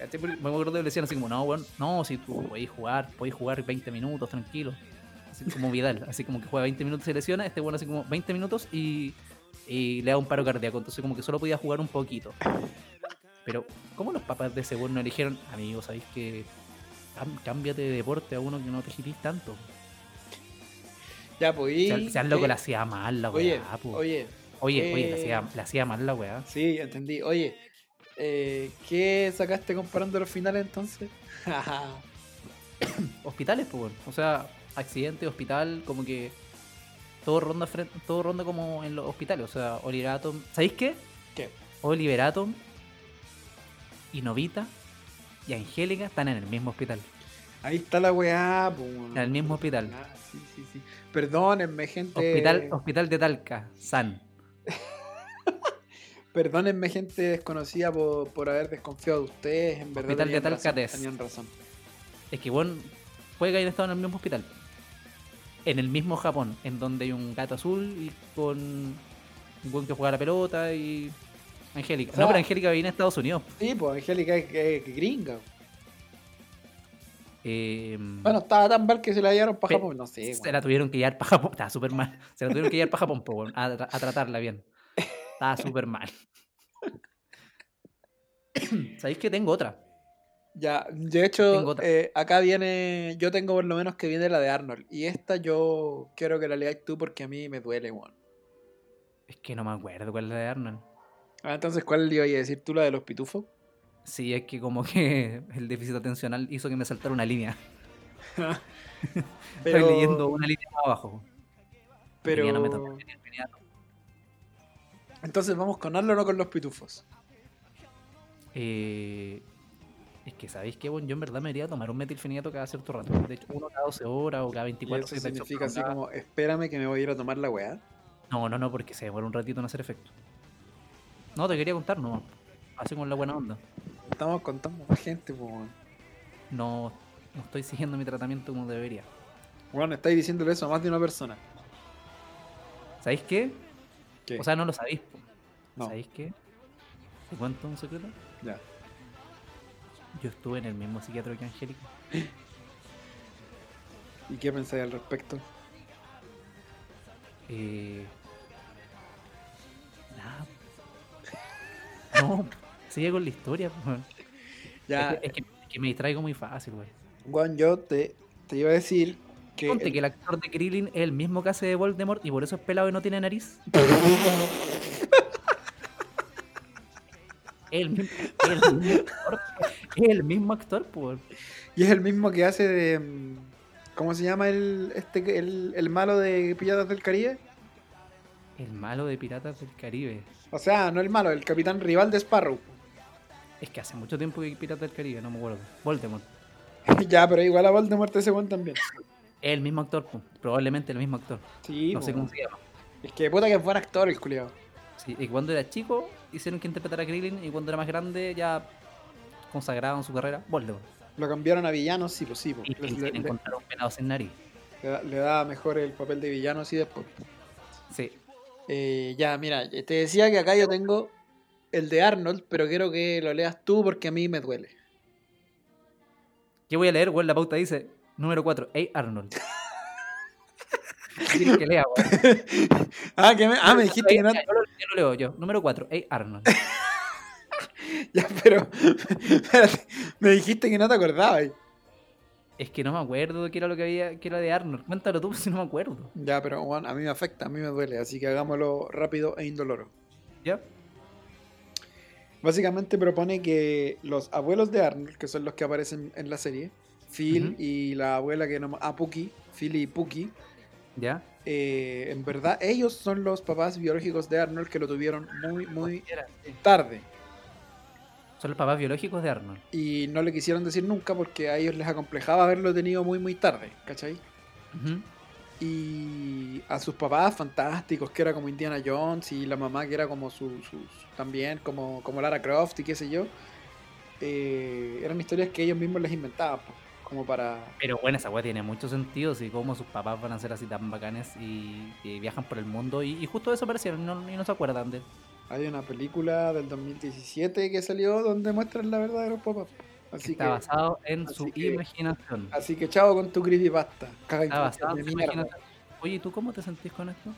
Speaker 1: Este, Me acuerdo que le decían así como, no, weón, no, si tú podés jugar, podés jugar 20 minutos, tranquilo. Así como Vidal, así como que juega 20 minutos y se lesiona, este weón así como 20 minutos y, y le da un paro cardíaco, entonces como que solo podía jugar un poquito. Pero, ¿cómo los papás de ese weón no eligieron, amigos, sabéis que cam- cámbiate de deporte a uno que no te agitís tanto?
Speaker 2: Ya, pues.
Speaker 1: O
Speaker 2: y-
Speaker 1: sea, sea, loco
Speaker 2: eh,
Speaker 1: la hacía mal la
Speaker 2: Oye,
Speaker 1: weá, pues. po. oye,
Speaker 2: oye,
Speaker 1: oye,
Speaker 2: eh,
Speaker 1: la, hacía, la hacía mal la weá.
Speaker 2: sí, entendí. Oye, eh, ¿qué sacaste comparando los finales entonces?
Speaker 1: Hospitales, pues, weón. o sea, accidente, hospital, como que todo ronda, fren- todo ronda como en los hospitales, o sea, Oliver Atom, ¿sabéis qué?
Speaker 2: ¿Qué?
Speaker 1: Oliver Atom y Novita y Angélica están en el mismo hospital.
Speaker 2: Ahí está la weá, pues. weón.
Speaker 1: En el mismo hospital.
Speaker 2: Ah, sí, sí, sí. Perdónenme, gente.
Speaker 1: Hospital, hospital de Talca, San.
Speaker 2: Perdónenme, gente desconocida, por, por haber desconfiado de ustedes. En verdad,
Speaker 1: Hospital de
Speaker 2: tenían razón,
Speaker 1: Talcates.
Speaker 2: Tenían razón.
Speaker 1: Es que bueno, puede que hayan estado en el mismo hospital. En el mismo Japón, en donde hay un gato azul y con un buen que juega a la pelota y. Angélica.
Speaker 2: O sea-
Speaker 1: no,
Speaker 2: pues,
Speaker 1: pero Angélica viene a Estados Unidos.
Speaker 2: Sí, pues Angélica es, es gringa.
Speaker 1: Eh,
Speaker 2: Bueno, estaba tan mal que se la llevaron para
Speaker 1: Pe-
Speaker 2: Japón. No sé,
Speaker 1: se
Speaker 2: weón.
Speaker 1: la tuvieron que llevar para Japón. Estaba súper mal. Se la tuvieron que llevar para Japón, po, weón, a, tra- a tratarla bien. Estaba súper mal. ¿Sabéis que tengo otra?
Speaker 2: Ya, de
Speaker 1: Tengo
Speaker 2: hecho,
Speaker 1: otra.
Speaker 2: eh, acá viene. Yo tengo por lo menos que viene la de Arnold. Y esta yo quiero que la leáis tú porque a mí me duele, weón.
Speaker 1: Es que no me acuerdo cuál es la de Arnold.
Speaker 2: Ah, entonces, ¿cuál le iba a decir tú, la de los pitufos?
Speaker 1: Sí, es que como que el déficit atencional hizo que me saltara una línea.
Speaker 2: Pero,
Speaker 1: Estoy leyendo una línea más abajo.
Speaker 2: Pero.
Speaker 1: Tenía una metáfora, tenía- tenía todo.
Speaker 2: Entonces, ¿vamos con Arnold o no con los pitufos?
Speaker 1: Eh, es que sabéis que yo en verdad me iría a tomar un metilfenidato cada cierto rato. De hecho, uno cada 12 horas o cada
Speaker 2: Y
Speaker 1: 24
Speaker 2: eso
Speaker 1: que te echas
Speaker 2: significa así
Speaker 1: por
Speaker 2: como: espérame que me voy a ir a tomar la weá.
Speaker 1: andar. No, no, no, porque se demora un ratito en hacer efecto. No, te quería contar, no. Así con la buena onda.
Speaker 2: Estamos contando a gente, pues, weón.
Speaker 1: No, no estoy siguiendo mi tratamiento como debería.
Speaker 2: Weón, estáis diciéndole eso a más de una persona.
Speaker 1: ¿Sabéis qué?
Speaker 2: ¿Qué?
Speaker 1: O sea, no lo sabéis. po.
Speaker 2: No.
Speaker 1: ¿Sabéis qué? ¿Te cuento un secreto?
Speaker 2: ya.
Speaker 1: Yo estuve en el mismo psiquiatra que Angélica.
Speaker 2: ¿Y qué pensáis al respecto?
Speaker 1: Eh... Nada. No, sigue con la historia. po, weón.
Speaker 2: Ya,
Speaker 1: Es, que, es que- es que me distraigo muy fácil, güey.
Speaker 2: Juan, yo te, te iba a decir que.
Speaker 1: Ponte que el actor de Krillin es el mismo que hace de Voldemort y por eso es pelado y no tiene nariz. el, mi- el mismo actor, es el mismo actor, pues.
Speaker 2: Y es el mismo que hace de. mm, ¿Cómo se llama el, este, que- el, el malo de Piratas del Caribe?
Speaker 1: El malo de Piratas del Caribe.
Speaker 2: O sea, no el malo, el capitán rival de Sparrow.
Speaker 1: Es que hace mucho tiempo que Piratas del Caribe, no me acuerdo. Voldemort.
Speaker 2: ya, pero igual a Voldemort ese Juan también.
Speaker 1: Es el mismo actor, po. probablemente el mismo actor.
Speaker 2: Sí,
Speaker 1: No sé
Speaker 2: po.
Speaker 1: cómo se llama.
Speaker 2: Es que puta que es buen actor el culiao.
Speaker 1: Sí, y cuando era chico hicieron que interpretara a Krillin y cuando era más grande ya consagrado en su carrera, Voldemort.
Speaker 2: Lo cambiaron a villano, sí, pues sí. po.
Speaker 1: Y
Speaker 2: Le,
Speaker 1: Krillin
Speaker 2: le-
Speaker 1: encontró un pelado sin nariz.
Speaker 2: le da- le da mejor el papel de villano, sí, después.
Speaker 1: Sí.
Speaker 2: Eh, ya, mira, te decía que acá yo tengo el de Arnold, pero quiero que lo leas tú porque a mí me duele.
Speaker 1: ¿Qué voy a leer? Bueno, la pauta dice número 4, Hey Arnold. ¿Qué quieres que lea, weón?
Speaker 2: Ah, que me, ah, me dijiste que no.
Speaker 1: Yo lo, yo lo leo yo. Número 4, Hey Arnold.
Speaker 2: Ya, pero. espérate, me dijiste que no te acordabas.
Speaker 1: Es que no me acuerdo qué era lo que había, qué era de Arnold. Cuéntalo tú, si no me acuerdo.
Speaker 2: Ya, pero Juan, a mí me afecta, a mí me duele, así que hagámoslo rápido e indoloro.
Speaker 1: ¿Ya?
Speaker 2: Básicamente propone que los abuelos de Arnold, que son los que aparecen en la serie, Phil
Speaker 1: Ujú.
Speaker 2: y la abuela que no ah, Puki, Phil y Puki,
Speaker 1: ¿Ya?
Speaker 2: eh, en verdad ellos son los papás biológicos de Arnold que lo tuvieron muy, muy
Speaker 1: Era, sí.
Speaker 2: tarde.
Speaker 1: Son los papás biológicos de Arnold.
Speaker 2: Y no le quisieron decir nunca porque a ellos les acomplejaba haberlo tenido muy, muy tarde, ¿cachai?
Speaker 1: Ujú.
Speaker 2: y a sus papás fantásticos, que era como Indiana Jones, y la mamá que era como su, su- su- también como, como Lara Croft y qué sé yo, eh, eran historias que ellos mismos les inventaban, po, como para...
Speaker 1: Pero bueno, esa weá tiene mucho sentido, si como sus papás van a ser así tan bacanes y, y viajan por el mundo y, y justo desaparecieron y no, y no se acuerdan de él.
Speaker 2: Hay una película del 2017 que salió donde muestran la verdad de los papás. po.
Speaker 1: Que
Speaker 2: Así
Speaker 1: está
Speaker 2: que,
Speaker 1: basado en
Speaker 2: así
Speaker 1: su
Speaker 2: que-
Speaker 1: imaginación.
Speaker 2: así que chao con tu creepypasta. Caga
Speaker 1: Está basado
Speaker 2: infancia
Speaker 1: en
Speaker 2: de
Speaker 1: su
Speaker 2: mierda.
Speaker 1: imaginación. Ah, Oye, ¿y tú cómo te sentís con esto?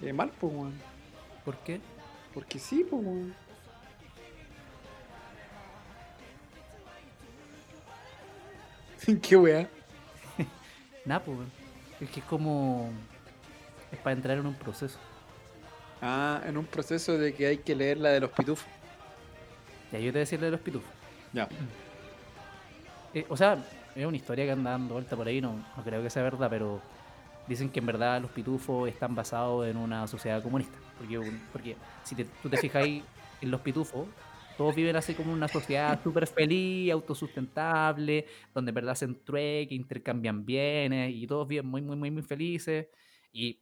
Speaker 2: Eh, mal, pues, weón.
Speaker 1: ¿Por qué?
Speaker 2: Porque sí, pues, weón. Qué weá.
Speaker 1: Nada, pues. weón. Es que es como. Es para entrar en un proceso.
Speaker 2: Ah, en un proceso de que hay que leer la de los pitufos.
Speaker 1: Ya yo te voy a decirle de los pitufos.
Speaker 2: Ya.
Speaker 1: Eh, o sea, es una historia que anda dando vuelta por ahí, no, no creo que sea verdad, pero dicen que en verdad los pitufos están basados en una sociedad comunista. Porque, un- porque si te- tú te fijas ahí en los pitufos, todos viven así como una sociedad súper feliz, autosustentable, donde en verdad hacen trueque, intercambian bienes y todos viven muy, muy, muy, muy felices. Y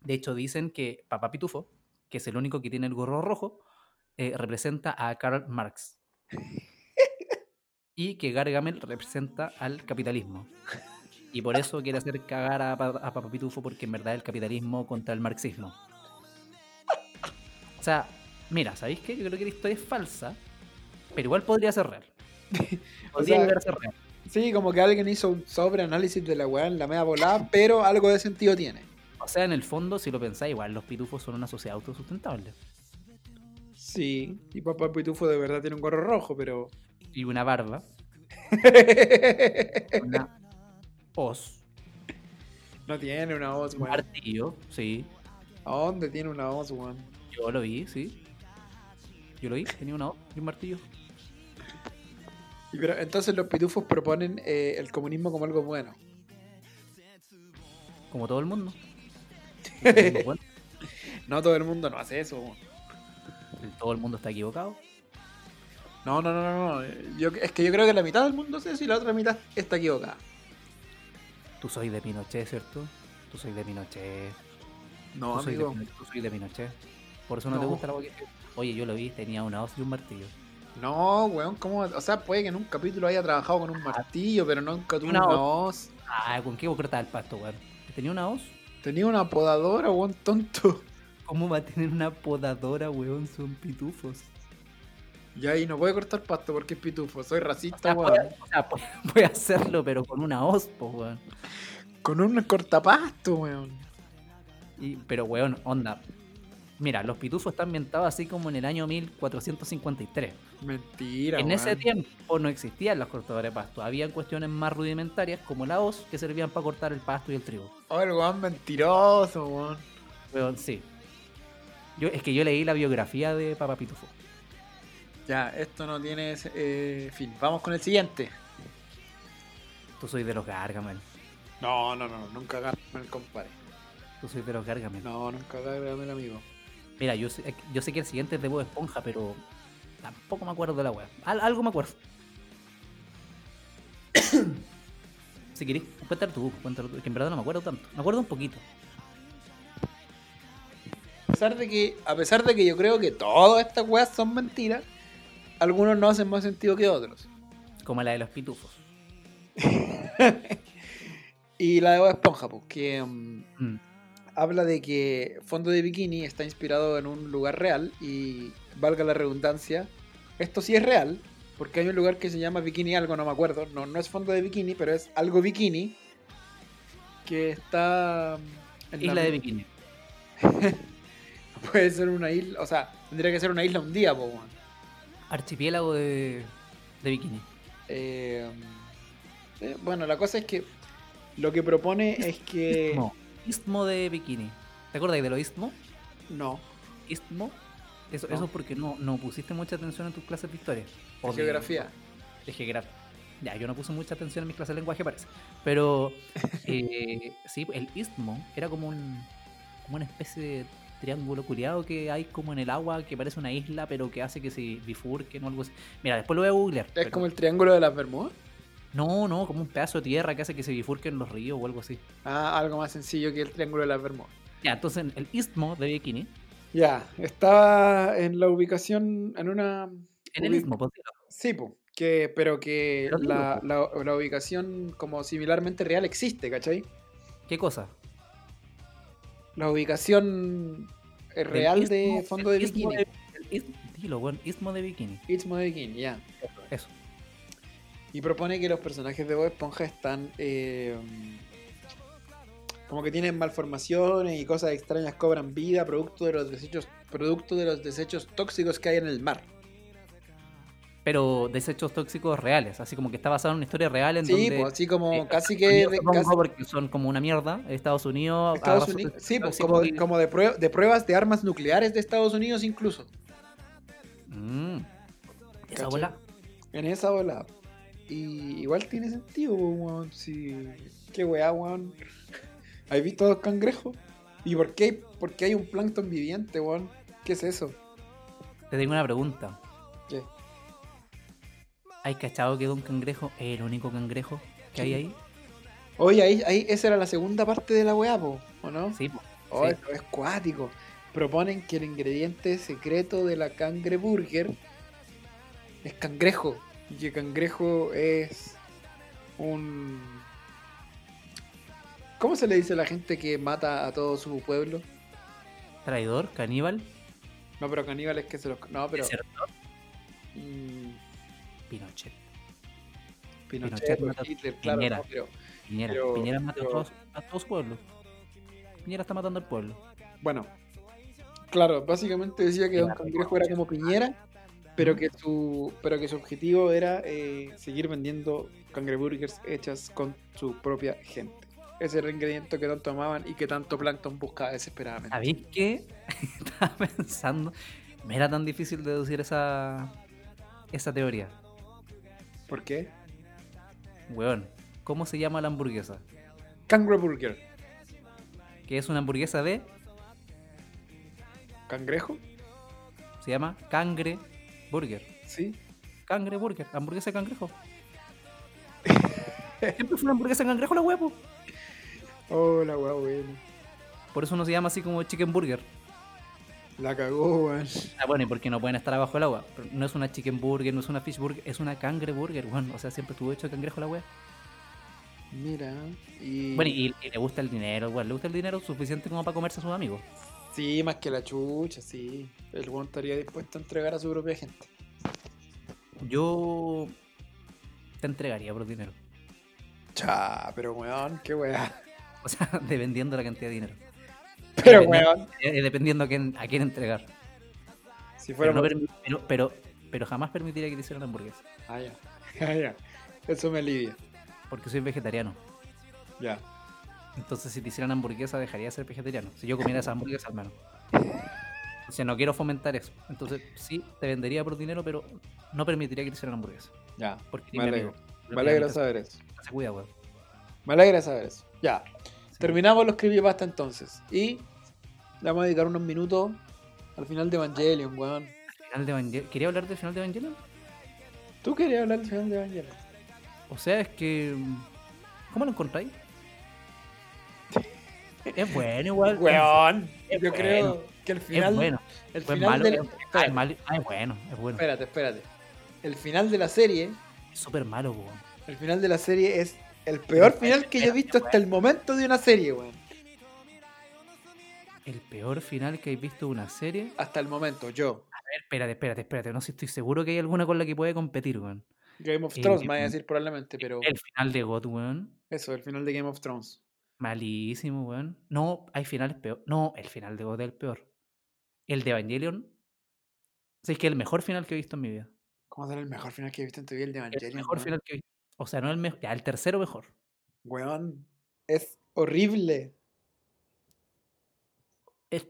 Speaker 1: de hecho dicen que Papá Pitufo, que es el único que tiene el gorro rojo, eh, representa a Karl Marx y que Gargamel representa al capitalismo. Y por eso quiere hacer cagar a, Pa- a Papá Pitufo porque en verdad es el capitalismo contra el marxismo. O sea, mira, ¿sabéis qué? Yo creo que la historia es falsa, pero igual podría ser real. Podría
Speaker 2: sea,
Speaker 1: llegar a ser real.
Speaker 2: Sí, como que alguien hizo un sobreanálisis de la weá en la media volada, pero algo de sentido tiene.
Speaker 1: O sea, en el fondo, si lo pensáis, igual los pitufos son una sociedad autosustentable.
Speaker 2: Sí, y papá Pitufo de verdad tiene un gorro rojo, pero.
Speaker 1: Y una barba, una hoz,
Speaker 2: no tiene una voz,
Speaker 1: un
Speaker 2: weón.
Speaker 1: martillo, sí.
Speaker 2: ¿A dónde tiene una voz, weón?
Speaker 1: Yo lo vi, sí. Yo lo vi, tenía una hoz y un martillo.
Speaker 2: Y pero entonces los pitufos proponen eh, el comunismo como algo bueno.
Speaker 1: Como todo el mundo. Como, bueno,
Speaker 2: No todo el mundo no hace eso, weón.
Speaker 1: todo el mundo está equivocado.
Speaker 2: No, no, no, no. no. Eh, Yo, es que yo creo que la mitad del mundo hace eso y la otra mitad está equivocada.
Speaker 1: Tú soy de Pinochet, ¿cierto? Tú soy de Pinochet.
Speaker 2: No,
Speaker 1: tú, soy de
Speaker 2: amigo.
Speaker 1: Pinochet tú soy de Pinochet. Por eso no, te
Speaker 2: No.
Speaker 1: gusta la boquilla. Oye, yo lo vi, tenía una hoz y un martillo.
Speaker 2: No, weón, ¿cómo? O sea, puede que en un capítulo haya trabajado con un martillo, pero nunca tuvo
Speaker 1: Una
Speaker 2: una voz.
Speaker 1: Ah, ¿con qué cortaba el pasto, weón? Tenía una hoz.
Speaker 2: Tenía una podadora, weón, tonto.
Speaker 1: ¿Cómo va a tener una podadora, weón? Son pitufos.
Speaker 2: Y ahí no puede cortar pasto porque es pitufo. Soy
Speaker 1: O sea,
Speaker 2: racista,
Speaker 1: puede,
Speaker 2: weón.
Speaker 1: o sea, puede- puede hacerlo, pero con una hoz, po, weón.
Speaker 2: Con un cortapasto, weón.
Speaker 1: Y- pero, weón, onda. Mira, los pitufos están ambientados así como en el año 1453.
Speaker 2: Mentira,
Speaker 1: en
Speaker 2: weón.
Speaker 1: ese tiempo no existían las cortadoras de pasto. Habían cuestiones más rudimentarias como la hoz que servían para cortar el pasto y el trigo.
Speaker 2: Oh, el weón mentiroso, weón.
Speaker 1: Weón, sí. Yo, es que yo leí la biografía de Papá Pitufo.
Speaker 2: Ya, esto no tiene eh, fin. Vamos con el siguiente.
Speaker 1: Tú soy de los Gargamel.
Speaker 2: No, no, no, nunca Gargamel, compadre.
Speaker 1: Tú soy de los Gargamel.
Speaker 2: No, nunca Gargamel, amigo.
Speaker 1: Mira, yo, sé- eh, yo sé que el siguiente es de Bob Esponja, pero tampoco me acuerdo de la web. algo me acuerdo. si querés, cuéntalo tú, cuéntalo tú, que en verdad no me acuerdo tanto. Me acuerdo un poquito.
Speaker 2: A pesar de que, a pesar de que yo creo que todas estas weas son mentiras, algunos no hacen más sentido que otros.
Speaker 1: Como la de los pitufos.
Speaker 2: Y la de Bob Esponja, pues, que mm,
Speaker 1: Mm.
Speaker 2: habla de que Fondo de Bikini está inspirado en un lugar real y, valga la redundancia, esto sí es real, porque hay un lugar que se llama Bikini algo, no me acuerdo, no, no es Fondo de Bikini, pero es algo Bikini, que está... mm, en la-
Speaker 1: Isla de Bikini.
Speaker 2: Puede ser una isla, o sea, tendría que ser una isla un día, pues, weón.
Speaker 1: Archipiélago de, de Bikini.
Speaker 2: Eh, eh, bueno, la cosa es que lo que propone es que.
Speaker 1: Istmo. Istmo de Bikini. ¿Te acordáis de lo istmo?
Speaker 2: No.
Speaker 1: Istmo. Eso,
Speaker 2: No.
Speaker 1: eso es porque no, no pusiste mucha atención en tus clases de historia. O
Speaker 2: de
Speaker 1: de-
Speaker 2: geografía.
Speaker 1: de geografía. Ya, yo no puse mucha atención en mis clases de lenguaje, parece. Pero eh, sí, el istmo era como, un, como una especie de triángulo culiado que hay como en el agua, que parece una isla, pero que hace que se bifurquen o algo así. Mira, después lo voy a googlear.
Speaker 2: Es
Speaker 1: pero-
Speaker 2: como el triángulo de las Bermudas.
Speaker 1: No, no, como un pedazo de tierra que hace que se bifurquen los ríos o algo así.
Speaker 2: Ah, algo más sencillo que el triángulo de las Bermudas.
Speaker 1: Ya, entonces el istmo de Bikini.
Speaker 2: Ya, estaba en la ubicación, en una.
Speaker 1: En el
Speaker 2: Ubi-
Speaker 1: istmo, pues, sí,
Speaker 2: Sí, po, que, pero que
Speaker 1: Pero dilo,
Speaker 2: la, la, la ubicación como similarmente real existe, ¿cachai?
Speaker 1: ¿qué cosa?
Speaker 2: La ubicación eh,
Speaker 1: Del
Speaker 2: real de
Speaker 1: istmo-
Speaker 2: fondo de
Speaker 1: el istmo
Speaker 2: bikini.
Speaker 1: el ist- dilo, weón, istmo de Bikini.
Speaker 2: Istmo de bikini, ya.
Speaker 1: Eso.
Speaker 2: Y propone que los personajes de Bob Esponja están. eh, como que tienen malformaciones y cosas extrañas cobran vida, producto de los desechos, producto de los desechos tóxicos que hay en el mar.
Speaker 1: Pero desechos tóxicos reales, así como que está basado en una historia real en
Speaker 2: Sí,
Speaker 1: donde
Speaker 2: pues así como
Speaker 1: Eh,
Speaker 2: casi que.
Speaker 1: Unidos,
Speaker 2: de-
Speaker 1: supongo,
Speaker 2: casi-
Speaker 1: porque son como una mierda. Estados Unidos.
Speaker 2: Estados
Speaker 1: arrasó-
Speaker 2: Unidos. Sí, pues
Speaker 1: así
Speaker 2: como,
Speaker 1: que-
Speaker 2: como de, prue- de pruebas de armas nucleares de Estados Unidos incluso.
Speaker 1: Mm. Esa
Speaker 2: ¿Cachai?
Speaker 1: bola.
Speaker 2: En esa ola. Y igual tiene sentido, weón. Si... Qué weá, weón. ¿Has visto dos cangrejos? ¿Y por qué? por qué hay un plancton viviente, weón? ¿Qué es eso?
Speaker 1: Te tengo una pregunta.
Speaker 2: ¿Qué?
Speaker 1: ¿Hay cachado que Don Cangrejo es el único cangrejo que hay ahí?
Speaker 2: Oye, ahí, ahí, esa era la segunda parte de la weá, po, ¿o no?
Speaker 1: Sí, pues, po.
Speaker 2: Oh,
Speaker 1: sí.
Speaker 2: esto es cuático. Proponen que el ingrediente secreto de la cangreburger es cangrejo. Y que cangrejo es un... ¿Cómo se le dice a la gente que mata a todo su pueblo?
Speaker 1: Traidor, caníbal,
Speaker 2: No, pero caníbales que se los... No, pero...
Speaker 1: desertor,
Speaker 2: mm,
Speaker 1: Pinochet.
Speaker 2: Pinochet,
Speaker 1: Pinochet mató a
Speaker 2: Hitler, claro,
Speaker 1: Piñera.
Speaker 2: no, pero
Speaker 1: Piñera,
Speaker 2: Pero-
Speaker 1: Piñera mata
Speaker 2: pero-
Speaker 1: a, todos, a todos pueblos. Piñera está matando al pueblo.
Speaker 2: bueno. Claro, básicamente decía que Don Cangrejo era como Piñera, pero que su, pero que su objetivo era eh, seguir vendiendo cangreburgers hechas con su propia gente. Ese era el ingrediente que tanto amaban y que tanto Plankton buscaba desesperadamente.
Speaker 1: ¿Sabéis qué? Estaba pensando. No era tan difícil deducir esa, esa teoría.
Speaker 2: ¿Por qué?
Speaker 1: Weón, ¿cómo se llama la hamburguesa?
Speaker 2: Cangreburger.
Speaker 1: Que es una hamburguesa de.
Speaker 2: ¿Cangrejo?
Speaker 1: Se llama Cangre Burger.
Speaker 2: Sí.
Speaker 1: Cangre Burger, hamburguesa de cangrejo. Siempre fue una hamburguesa de cangrejo la huevo.
Speaker 2: Hola, weón, weón.
Speaker 1: Por eso no se llama así como Chicken Burger.
Speaker 2: La cagó, weón.
Speaker 1: Ah, bueno, y porque no pueden estar abajo del agua. Pero no es una chicken burger, no es una fish burger, es una cangre burger, bueno, o sea, siempre estuvo hecho de cangrejo la wea.
Speaker 2: Mira. Y...
Speaker 1: Bueno, y, y le gusta el dinero, weón, le gusta el dinero suficiente como para comerse a sus amigos.
Speaker 2: Sí, más que la chucha, sí. El weón estaría dispuesto a entregar a su propia gente.
Speaker 1: Yo te entregaría por dinero.
Speaker 2: Cha, pero weón, qué weón.
Speaker 1: O sea, dependiendo de la cantidad de dinero.
Speaker 2: Pero
Speaker 1: Dependi-
Speaker 2: weón.
Speaker 1: eh, dependiendo a quién, a quién entregar.
Speaker 2: Si fuera
Speaker 1: Pero, no
Speaker 2: por-
Speaker 1: permi- pero, pero, pero jamás permitiría que te hicieran hamburguesa.
Speaker 2: Ah, ya. Ah, ya. Eso me alivia.
Speaker 1: Porque soy vegetariano.
Speaker 2: Ya.
Speaker 1: Entonces, si te hicieran hamburguesa, dejaría de ser vegetariano. Si yo comiera esa hamburguesa, hermano. O sea, no quiero fomentar eso. Entonces, sí, te vendería por dinero, pero no permitiría que te hicieran hamburguesa.
Speaker 2: Ya.
Speaker 1: Porque
Speaker 2: Me
Speaker 1: mi
Speaker 2: alegro.
Speaker 1: amigo.
Speaker 2: Me alegra
Speaker 1: Rápidamente,
Speaker 2: saber eso.
Speaker 1: Se cuida, weón.
Speaker 2: Me alegra saber eso. Ya.
Speaker 1: Sí.
Speaker 2: Terminamos los creepypasta entonces. Y le vamos a dedicar unos minutos al final de Evangelion, weón.
Speaker 1: Final de Evangel- ¿Quería hablar del final de Evangelion?
Speaker 2: ¿Tú querías hablar del final de Evangelion?
Speaker 1: O sea, es que. ¿Cómo lo encontráis? es bueno, igual. es-
Speaker 2: Weón.
Speaker 1: es
Speaker 2: Yo creo
Speaker 1: bueno.
Speaker 2: que el final.
Speaker 1: Es bueno.
Speaker 2: El
Speaker 1: Es
Speaker 2: final
Speaker 1: malo.
Speaker 2: de
Speaker 1: es-
Speaker 2: la-
Speaker 1: ah,
Speaker 2: espérate,
Speaker 1: es malo. Ah, es bueno. Es bueno.
Speaker 2: espérate, espérate. El final de la serie
Speaker 1: Es súper malo, weón.
Speaker 2: El final de la serie es el peor final que yo he visto hasta el momento de una serie, weón.
Speaker 1: El peor final que he visto de una serie.
Speaker 2: Hasta el momento, yo.
Speaker 1: Espérate, espérate, espérate. No sé si estoy seguro que hay alguna con la que puede competir, weón.
Speaker 2: Game of
Speaker 1: Eh,
Speaker 2: Thrones, me voy a decir probablemente, pero
Speaker 1: El final de God, weón.
Speaker 2: eso, el final de Game of Thrones.
Speaker 1: Malísimo, weón. No, hay finales peor. No, el final de God es el peor. El de Evangelion. O sea, es que el mejor final que he visto en mi vida.
Speaker 2: ¿Cómo será el mejor final que he visto en tu vida? El de
Speaker 1: El
Speaker 2: Evangelion.
Speaker 1: mejor
Speaker 2: weón.
Speaker 1: final que he visto. O sea, no el mejor. Ya, el tercero mejor.
Speaker 2: Weón, es horrible.
Speaker 1: Es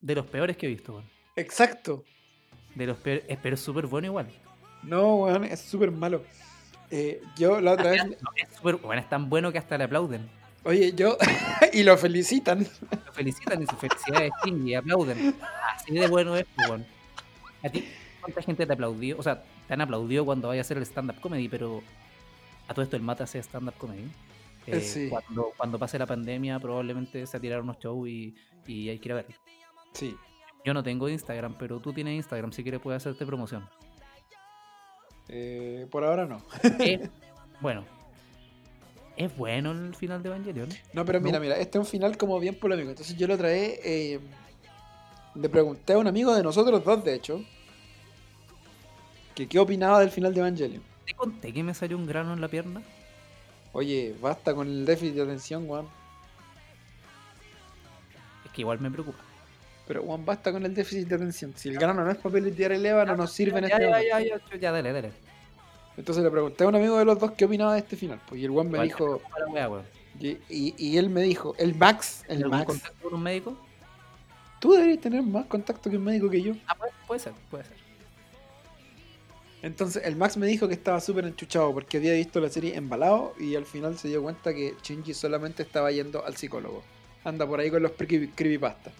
Speaker 1: de los peores que he visto, weón.
Speaker 2: Exacto.
Speaker 1: De los peores. Es, pero es súper bueno igual.
Speaker 2: No, weón, es súper malo. Eh, yo la otra vez.
Speaker 1: No, es súper bueno. Es tan bueno que hasta le aplauden.
Speaker 2: Oye, yo. y lo felicitan.
Speaker 1: Lo felicitan y sus felicidades, Shinji. Aplauden. Así de bueno es, pues, weón. A ti, ¿cuánta gente te aplaudió? O sea, te han aplaudido cuando vaya a hacer el stand-up comedy, pero a todo esto el mata hace stand-up comedy.
Speaker 2: Eh,
Speaker 1: Eh,
Speaker 2: sí.
Speaker 1: cuando, cuando pase la pandemia, probablemente se tiraron unos shows y, y hay que ir a verlo.
Speaker 2: Sí.
Speaker 1: Yo no tengo Instagram, pero tú tienes Instagram, si quieres puedes hacerte promoción.
Speaker 2: Eh, por ahora no.
Speaker 1: Eh, bueno, es bueno el final de Evangelion.
Speaker 2: No, pero mira,
Speaker 1: No.
Speaker 2: mira, este es un final como bien polémico. Entonces yo lo trae. Eh, le pregunté a un amigo de nosotros dos, de hecho, que qué opinaba del final de Evangelion.
Speaker 1: ¿Te conté que me salió un grano en la pierna?
Speaker 2: Oye, basta con el déficit de atención, Juan.
Speaker 1: Es que igual me preocupa.
Speaker 2: Pero Juan, basta con el déficit de atención. Si el grano no es papel y tierra eleva, no nos sirve en
Speaker 1: ya,
Speaker 2: este
Speaker 1: ya,
Speaker 2: momento.
Speaker 1: ya, ya, ya, ya, dale, dale.
Speaker 2: Entonces le pregunté a un amigo de los dos qué opinaba de este final. Pues y el Juan me
Speaker 1: Igual,
Speaker 2: dijo.
Speaker 1: para la wea, weón.
Speaker 2: Y, y- y él me dijo, el Max, el
Speaker 1: ¿Algún
Speaker 2: Max.
Speaker 1: contacto con un médico?
Speaker 2: Tú deberías tener más contacto que un médico que yo.
Speaker 1: Ah, puede, puede ser, puede ser.
Speaker 2: Entonces, el Max me dijo que estaba súper enchuchado porque había visto la serie embalado y al final se dio cuenta que Shinji solamente estaba yendo al psicólogo. Anda por ahí con los creepy- creepypasta.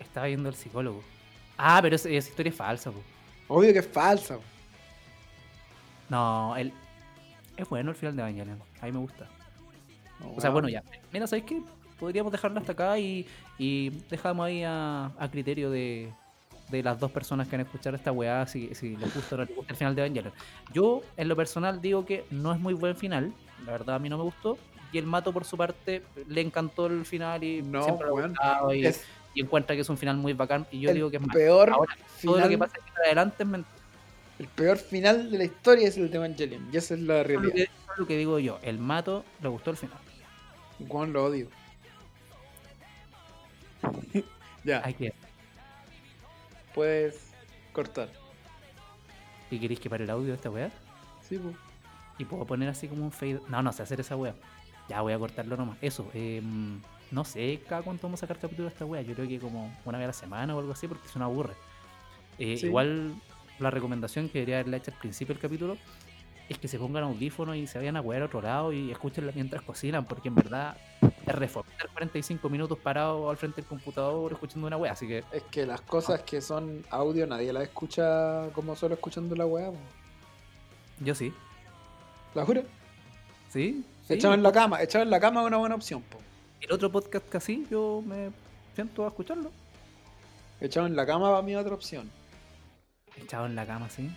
Speaker 1: Estaba yendo al psicólogo. Ah, pero esa, esa historia es falsa, po.
Speaker 2: Obvio que es falsa. po.
Speaker 1: No, el... es bueno el final de Evangelion. A mí me gusta.
Speaker 2: No,
Speaker 1: O sea,
Speaker 2: weón.
Speaker 1: bueno, ya. Mira, ¿sabéis qué? Podríamos dejarlo hasta acá y, y dejamos ahí a, a criterio de, de las dos personas que han escuchado esta weá, si, si les gusta o no les gusta el final de Evangelion. Yo, en lo personal, digo que no es muy buen final. La verdad, a mí no me gustó. Y el mato, por su parte, le encantó el final y
Speaker 2: No,
Speaker 1: siempre lo ha
Speaker 2: weón.
Speaker 1: gustado y,
Speaker 2: Es
Speaker 1: y encuentra que es un final muy bacán. Y yo
Speaker 2: el
Speaker 1: digo que es malo.
Speaker 2: peor
Speaker 1: Ahora, Todo lo
Speaker 2: final,
Speaker 1: que pasa aquí para adelante es mentira.
Speaker 2: el peor final de la historia es el de Evangelion. Y esa es la
Speaker 1: Eso es lo
Speaker 2: realidad.
Speaker 1: que- eso es lo que digo yo. El mato le gustó el final.
Speaker 3: Juan lo odio.
Speaker 2: Ah.
Speaker 3: ya,
Speaker 1: Hay que.
Speaker 3: puedes cortar.
Speaker 1: ¿Y queréis que pare el audio de esta weá?
Speaker 3: Sí, pues.
Speaker 1: Y puedo poner así como un fade. No, no sé hacer esa weá. Ya voy a cortarlo nomás. Eso. em, no sé cada cuánto vamos a sacar capítulo de esta weá. Yo creo que como una vez a la semana o algo así, porque se nos aburre. Eh,
Speaker 3: Sí.
Speaker 1: Igual la recomendación que debería haberle hecho al principio del capítulo es que se pongan audífonos y se vayan a wear a otro lado y escúchenla mientras cocinan, porque en verdad es reforzar 45 minutos parado al frente del computador escuchando una weá. Así que
Speaker 2: Es que las cosas que son audio nadie las escucha como solo escuchando la weá. po.
Speaker 1: yo sí.
Speaker 2: ¿La juro?
Speaker 1: ¿Sí? sí.
Speaker 2: Echado en la cama. Echado en la cama es una buena opción. Po.
Speaker 1: El otro podcast que así, yo me siento a escucharlo.
Speaker 2: Echado en la cama va mi otra opción.
Speaker 1: Echado en la cama así,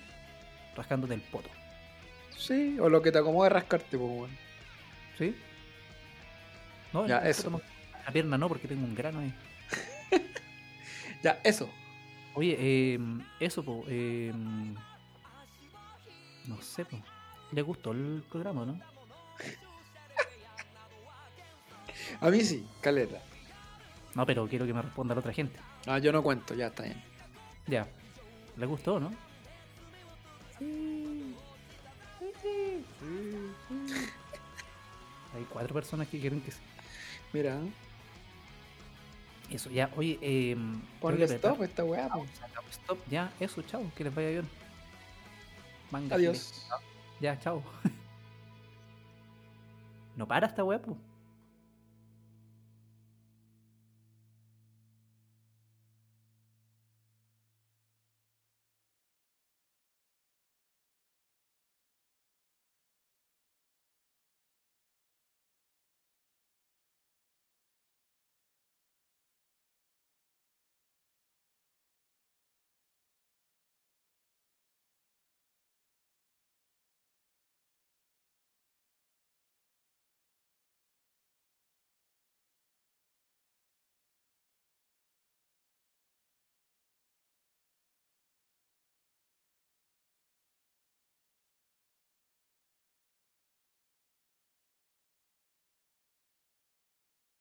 Speaker 1: rascándote el poto.
Speaker 2: Sí, o lo que te acomode rascarte, po, weón.
Speaker 1: ¿Sí? No,
Speaker 2: Ya,
Speaker 1: el
Speaker 2: eso.
Speaker 1: poto no. La pierna no, porque tengo un grano ahí.
Speaker 2: Ya, eso.
Speaker 1: Oye, eh, eso, po. eh, no sé, po. Le gustó el programa, ¿no?
Speaker 2: A mí sí, caleta.
Speaker 1: No, pero quiero que me responda la otra gente.
Speaker 2: Ah, yo no cuento, ya está bien.
Speaker 1: Ya. ¿Le gustó, no? Hay cuatro personas que quieren que sí.
Speaker 2: Mira,
Speaker 1: Eso, ya. Oye, eh, tengo que
Speaker 2: ponle
Speaker 1: apretar.
Speaker 2: stop a esta weá. po.
Speaker 1: Stop, ya, eso, chao, que les vaya bien. Manga,
Speaker 2: Adiós.
Speaker 1: Ya, chao. No para esta weá, po.